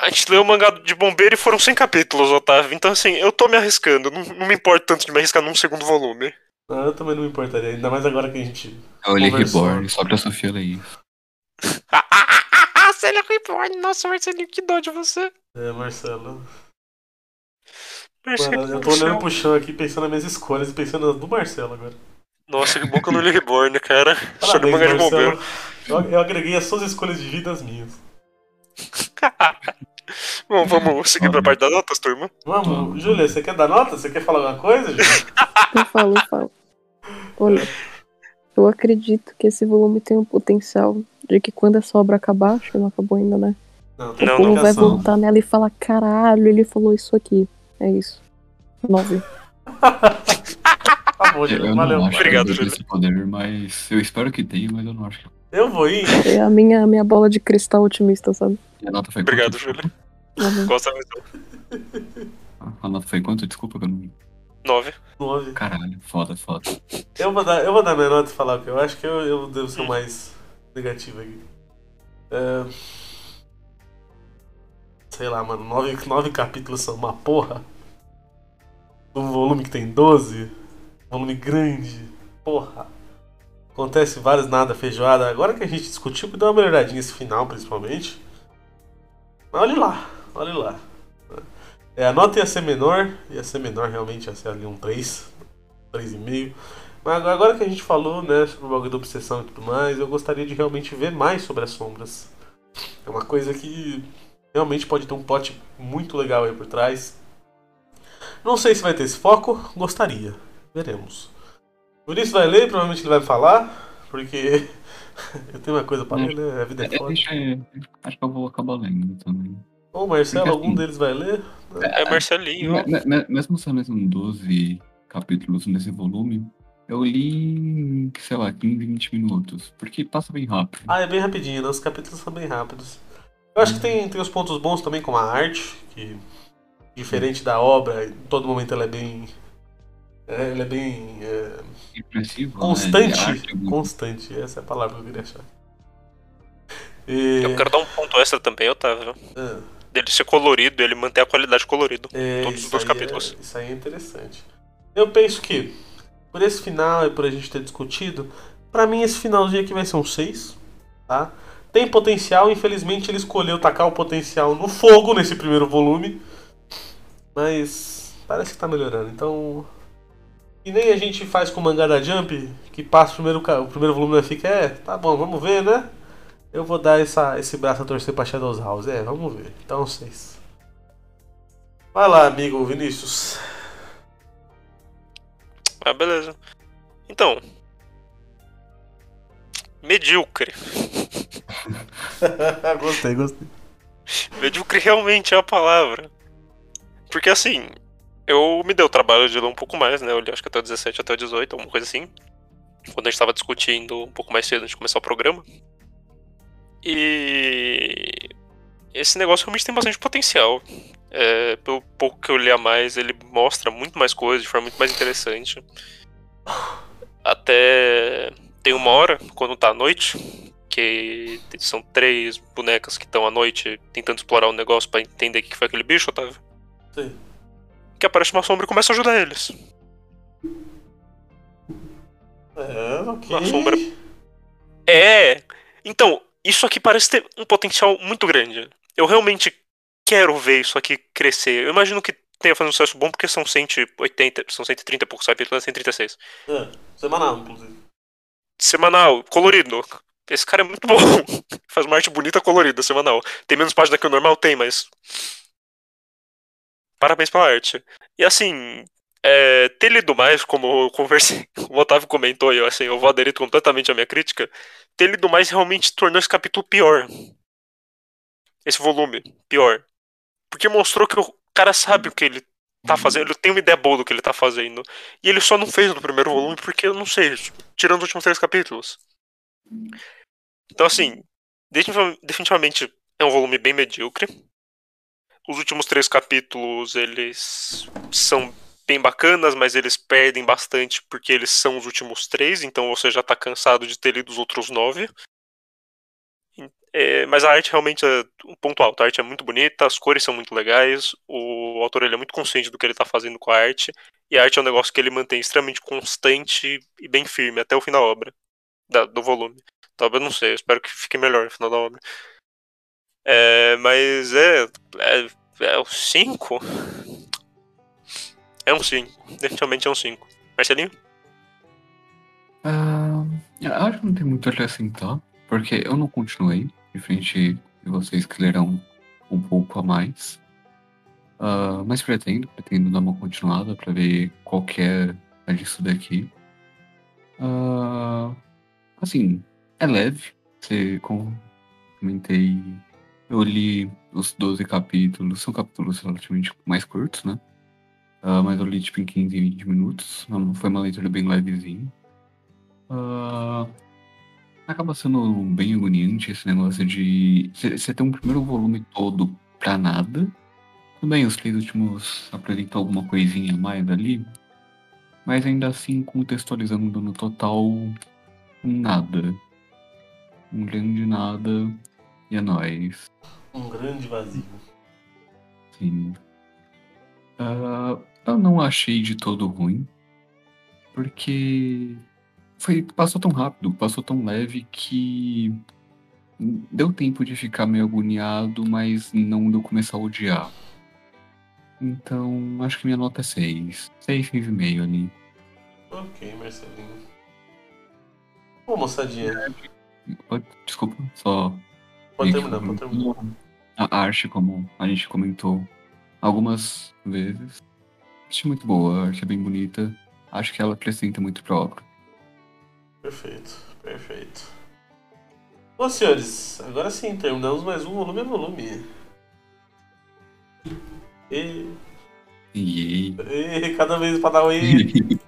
Speaker 2: A gente leu o mangá de Bombeiro e foram 100 capítulos, Otávio. Então, assim, eu tô me arriscando. Não, não me importa tanto de me arriscar num segundo volume.
Speaker 3: Ah, Eu também não me importaria, ainda mais agora que a gente.
Speaker 5: Eu olhei
Speaker 3: Conversou.
Speaker 5: Então Reborn, só pra Sofia ler isso.
Speaker 2: Ah, Célia Reborn! Nossa, Marcelinho, que dó de você.
Speaker 3: É, Marcelo.
Speaker 2: Marcelinho,
Speaker 3: Mano, eu tô olhando pro chão aqui, pensando nas minhas escolhas e pensando nas do Marcelo agora.
Speaker 2: Nossa, que bom que eu não li Reborn, cara. Só li
Speaker 3: Parabéns,
Speaker 2: mangá de
Speaker 3: Marcelo.
Speaker 2: Bombeiro.
Speaker 3: Eu, eu agreguei as suas escolhas de vida às minhas.
Speaker 2: Bom, vamos seguir pra parte das notas, turma.
Speaker 5: Hum.
Speaker 3: Vamos, Júlia, você quer dar nota? Você quer falar alguma coisa, Júlia?
Speaker 6: Eu falo, eu falo. Olha, eu acredito que esse volume tem um potencial de que quando essa obra acabar, acho que não acabou ainda, né? O
Speaker 3: Não,
Speaker 2: Não,
Speaker 6: povo vai
Speaker 3: publicação.
Speaker 6: voltar nela e falar, caralho, ele falou isso aqui. É isso. Nove.
Speaker 3: Tá bom,
Speaker 5: Eu,
Speaker 3: Júlia,
Speaker 5: não
Speaker 3: valeu.
Speaker 5: acho
Speaker 2: Obrigado,
Speaker 5: que eu
Speaker 2: Júlia.
Speaker 5: tenho esse poder, mas eu espero que tenha, mas eu não acho que.
Speaker 3: Eu vou ir.
Speaker 6: É a minha, a minha bola de cristal otimista, sabe?
Speaker 5: E A nota foi
Speaker 2: Obrigado,
Speaker 5: quanto?
Speaker 2: Júlia.
Speaker 6: Nove.
Speaker 2: Gosta muito.
Speaker 5: A nota foi quanto? Desculpa que eu não.
Speaker 2: Nove.
Speaker 3: Nove.
Speaker 5: Caralho, foda, foda.
Speaker 3: Eu vou dar, eu vou dar minha nota e falar o que eu acho que eu, eu devo ser o mais negativo aqui. É... Sei lá, mano, nove, nove capítulos são uma porra. Um volume que tem 12. Volume grande. Porra. Acontece vários nada feijoada. Agora que a gente discutiu, que deu uma melhoradinha esse final, principalmente. Mas olha lá, olha lá. É, a nota ia ser menor, ia ser menor realmente, ia ser ali um 3, 3,5. Mas agora- agora que a gente falou, né, sobre o bagulho da obsessão e tudo mais, eu gostaria de realmente ver mais sobre as sombras. É uma coisa que realmente pode ter um pote muito legal aí por trás. Não sei se vai ter esse foco, gostaria. Veremos. O Vinícius vai ler, provavelmente ele vai falar, porque eu tenho uma coisa pra ler, né? A vida é
Speaker 5: É,
Speaker 3: foda.
Speaker 5: deixa eu- Acho que eu vou acabar lendo também.
Speaker 3: Ou o Marcelo,
Speaker 5: Fica
Speaker 3: algum
Speaker 5: assim.
Speaker 3: deles vai ler?
Speaker 2: É Marcelinho.
Speaker 5: Me- me- me- Mesmo sendo esses 12 capítulos nesse volume, eu li, sei lá, 15, 20 minutos. Porque passa bem rápido.
Speaker 3: Ah, é bem rapidinho, né? Os capítulos são bem rápidos. Eu acho que tem, tem os pontos bons também, como a arte, que diferente da obra, em todo momento ela é bem. é, Ela é bem. é,
Speaker 5: Impressivo. né?
Speaker 3: constante.
Speaker 5: De arte, muito-
Speaker 3: Constante, essa é a palavra que eu queria achar.
Speaker 5: É
Speaker 3: E-
Speaker 2: Eu quero dar um ponto extra também, Otávio.
Speaker 3: Ah.
Speaker 2: Dele ser colorido, ele manter a qualidade colorido.
Speaker 3: É,
Speaker 2: Todos os
Speaker 3: isso
Speaker 2: dois
Speaker 3: aí
Speaker 2: capítulos.
Speaker 3: É, isso aí é interessante. Eu penso que, por esse final e por a gente ter discutido, pra mim esse finalzinho aqui vai ser um 6, tá? tem potencial. Infelizmente, ele escolheu tacar o potencial no fogo nesse primeiro volume. Mas parece que tá melhorando. Então. E nem a gente faz com o mangá da Jump, que passa o primeiro, ca- o primeiro volume e fica, é, tá bom, vamos ver, né? Eu vou dar essa, esse braço a torcer pra Shadows House. É, vamos ver. Então, vocês. Vai lá, amigo Vinícius.
Speaker 2: Ah, beleza. Então. Medíocre.
Speaker 3: gostei, gostei.
Speaker 2: Medíocre realmente é a palavra. Porque assim, eu me dei o trabalho de ler um pouco mais, né? Eu li acho que até o 17, até o 18, alguma coisa assim. Quando a gente tava discutindo um pouco mais cedo antes de começar o programa. E. Esse negócio realmente tem bastante potencial. É, pelo pouco que eu li a mais, ele mostra muito mais coisas de forma muito mais interessante. Até. Tem uma hora, quando tá à noite, que são três bonecas que estão à noite tentando explorar o negócio pra entender o que foi aquele bicho, Otávio.
Speaker 3: Sim.
Speaker 2: Que aparece uma sombra e começa a ajudar eles.
Speaker 3: É, ok.
Speaker 2: Uma sombra. É! Então, isso aqui parece ter um potencial muito grande. Eu realmente quero ver isso aqui crescer. Eu imagino que tenha fazendo um sucesso bom porque são 180, são 130 por capítulo, né? 136.
Speaker 3: É, semanal, inclusive.
Speaker 2: Semanal, colorido. Esse cara é muito bom. Faz uma arte bonita colorida, semanal. Tem menos página que o normal? Tem, mas. Parabéns pela arte. E assim, é, ter lido mais, como eu conversei, como o Otávio comentou, e eu, assim, eu vou aderir completamente à minha crítica. Ter lido mais realmente tornou esse capítulo pior. Esse volume, pior. Porque mostrou que o cara sabe o que ele tá fazendo, ele tem uma ideia boa do que ele tá fazendo. E ele só não fez no primeiro volume porque, eu não sei, tirando os últimos três capítulos. Então, assim, definitiva- definitivamente é um volume bem medíocre. Os últimos três capítulos, eles são bem bacanas, mas eles perdem bastante porque eles são os últimos três, então você já tá cansado de ter lido os outros nove. E- é, mas a arte realmente é um ponto alto. A arte é muito bonita, as cores são muito legais, o autor ele é muito consciente do que ele tá fazendo com a arte, e a arte é um negócio que ele mantém extremamente constante e bem firme até o fim da obra, da- do volume. Talvez não sei, eu espero que fique melhor no final da obra. É, mas é. É, é o 5? É um 5. Definitivamente é um 5. Marcelinho?
Speaker 5: Ah, eu acho que não tem muito a acrescentar, porque eu não continuei, diferente de vocês que lerão um pouco a mais. Ah, mas pretendo, pretendo dar uma continuada para ver qual que é a disso daqui. Ah, assim, é leve, você como comentei, eu li os 12 capítulos, são capítulos relativamente mais curtos, né? Ah, mas eu li tipo em 15, 20 minutos, não- foi uma leitura bem levezinha. Ah, acaba sendo bem agoniante esse negócio de você ter um primeiro volume todo pra nada. Tudo bem, os três últimos apresentam alguma coisinha a mais ali, mas ainda assim contextualizando no total um nada. Um grande nada e é nóis.
Speaker 3: Um grande vazio.
Speaker 5: Sim. Ah, eu não achei de todo ruim, porque foi, passou tão rápido, passou tão leve que deu tempo de ficar meio agoniado, mas não de eu começar a odiar. Então, acho que minha nota é 6. 6, 6,5 ali.
Speaker 3: Ok, Marcelinho. Ô, moçadinha.
Speaker 5: Oi, Desculpa, só
Speaker 3: Pode
Speaker 5: E
Speaker 3: terminar,
Speaker 5: como
Speaker 3: pode terminar.
Speaker 5: A arte, como a gente comentou algumas vezes, acho muito boa, a arte é bem bonita. Acho que ela acrescenta muito pra obra.
Speaker 3: Perfeito, perfeito. Bom, senhores, agora sim, terminamos mais um volume a volume. E,
Speaker 5: E
Speaker 3: e cada vez pra dar um e.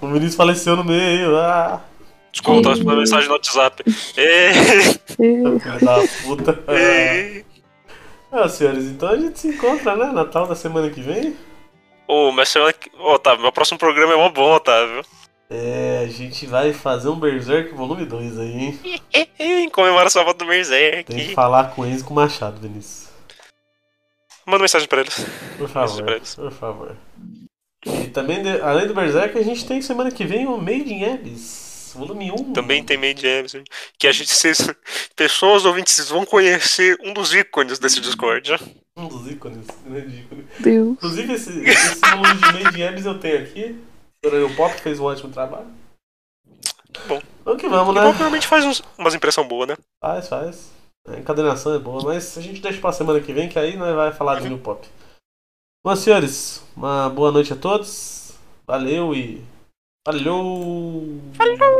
Speaker 3: O Vinícius faleceu no meio. Ah,
Speaker 2: Desculpa, tava
Speaker 6: Sim.
Speaker 2: esperando a mensagem no WhatsApp. Ei,
Speaker 6: E
Speaker 3: filho da puta.
Speaker 2: ei.
Speaker 3: Ah, senhores, então a gente se encontra, né? Natal da semana que vem.
Speaker 2: Ô, mas semana que. Ô, Otávio, meu próximo programa é mó bom, Otávio.
Speaker 3: É, a gente vai fazer um Berserk volume 2 aí, hein?
Speaker 2: Em comemoração à volta do Berserk.
Speaker 3: Tem que falar com eles com o Machado, Vinícius.
Speaker 2: Manda mensagem pra eles.
Speaker 3: Por
Speaker 2: Isso,
Speaker 3: favor,
Speaker 2: Braves.
Speaker 3: por favor. E também, de- além do Berserk, a gente tem semana que vem o Made in Abyss. um, Segundo nenhum.
Speaker 2: Também tem Made James aí. Que a gente, vocês, pessoas ouvintes, vocês vão conhecer um dos ícones desse Discord. né?
Speaker 3: Um dos ícones, grande ícone.
Speaker 6: Deus.
Speaker 3: Inclusive, esse, esse volume de Made James eu tenho aqui. O Daniel Pop fez um ótimo trabalho.
Speaker 2: Bom.
Speaker 3: Vamos que vamos,
Speaker 2: O
Speaker 3: né?
Speaker 2: Bob realmente faz uns- umas impressão boa, né?
Speaker 3: Faz, faz. A encadenação é boa, mas a gente deixa pra semana que vem, que aí nós vai falar de New Pop. Bom, senhores, uma boa noite a todos. Valeu e. Valeu! Valeu!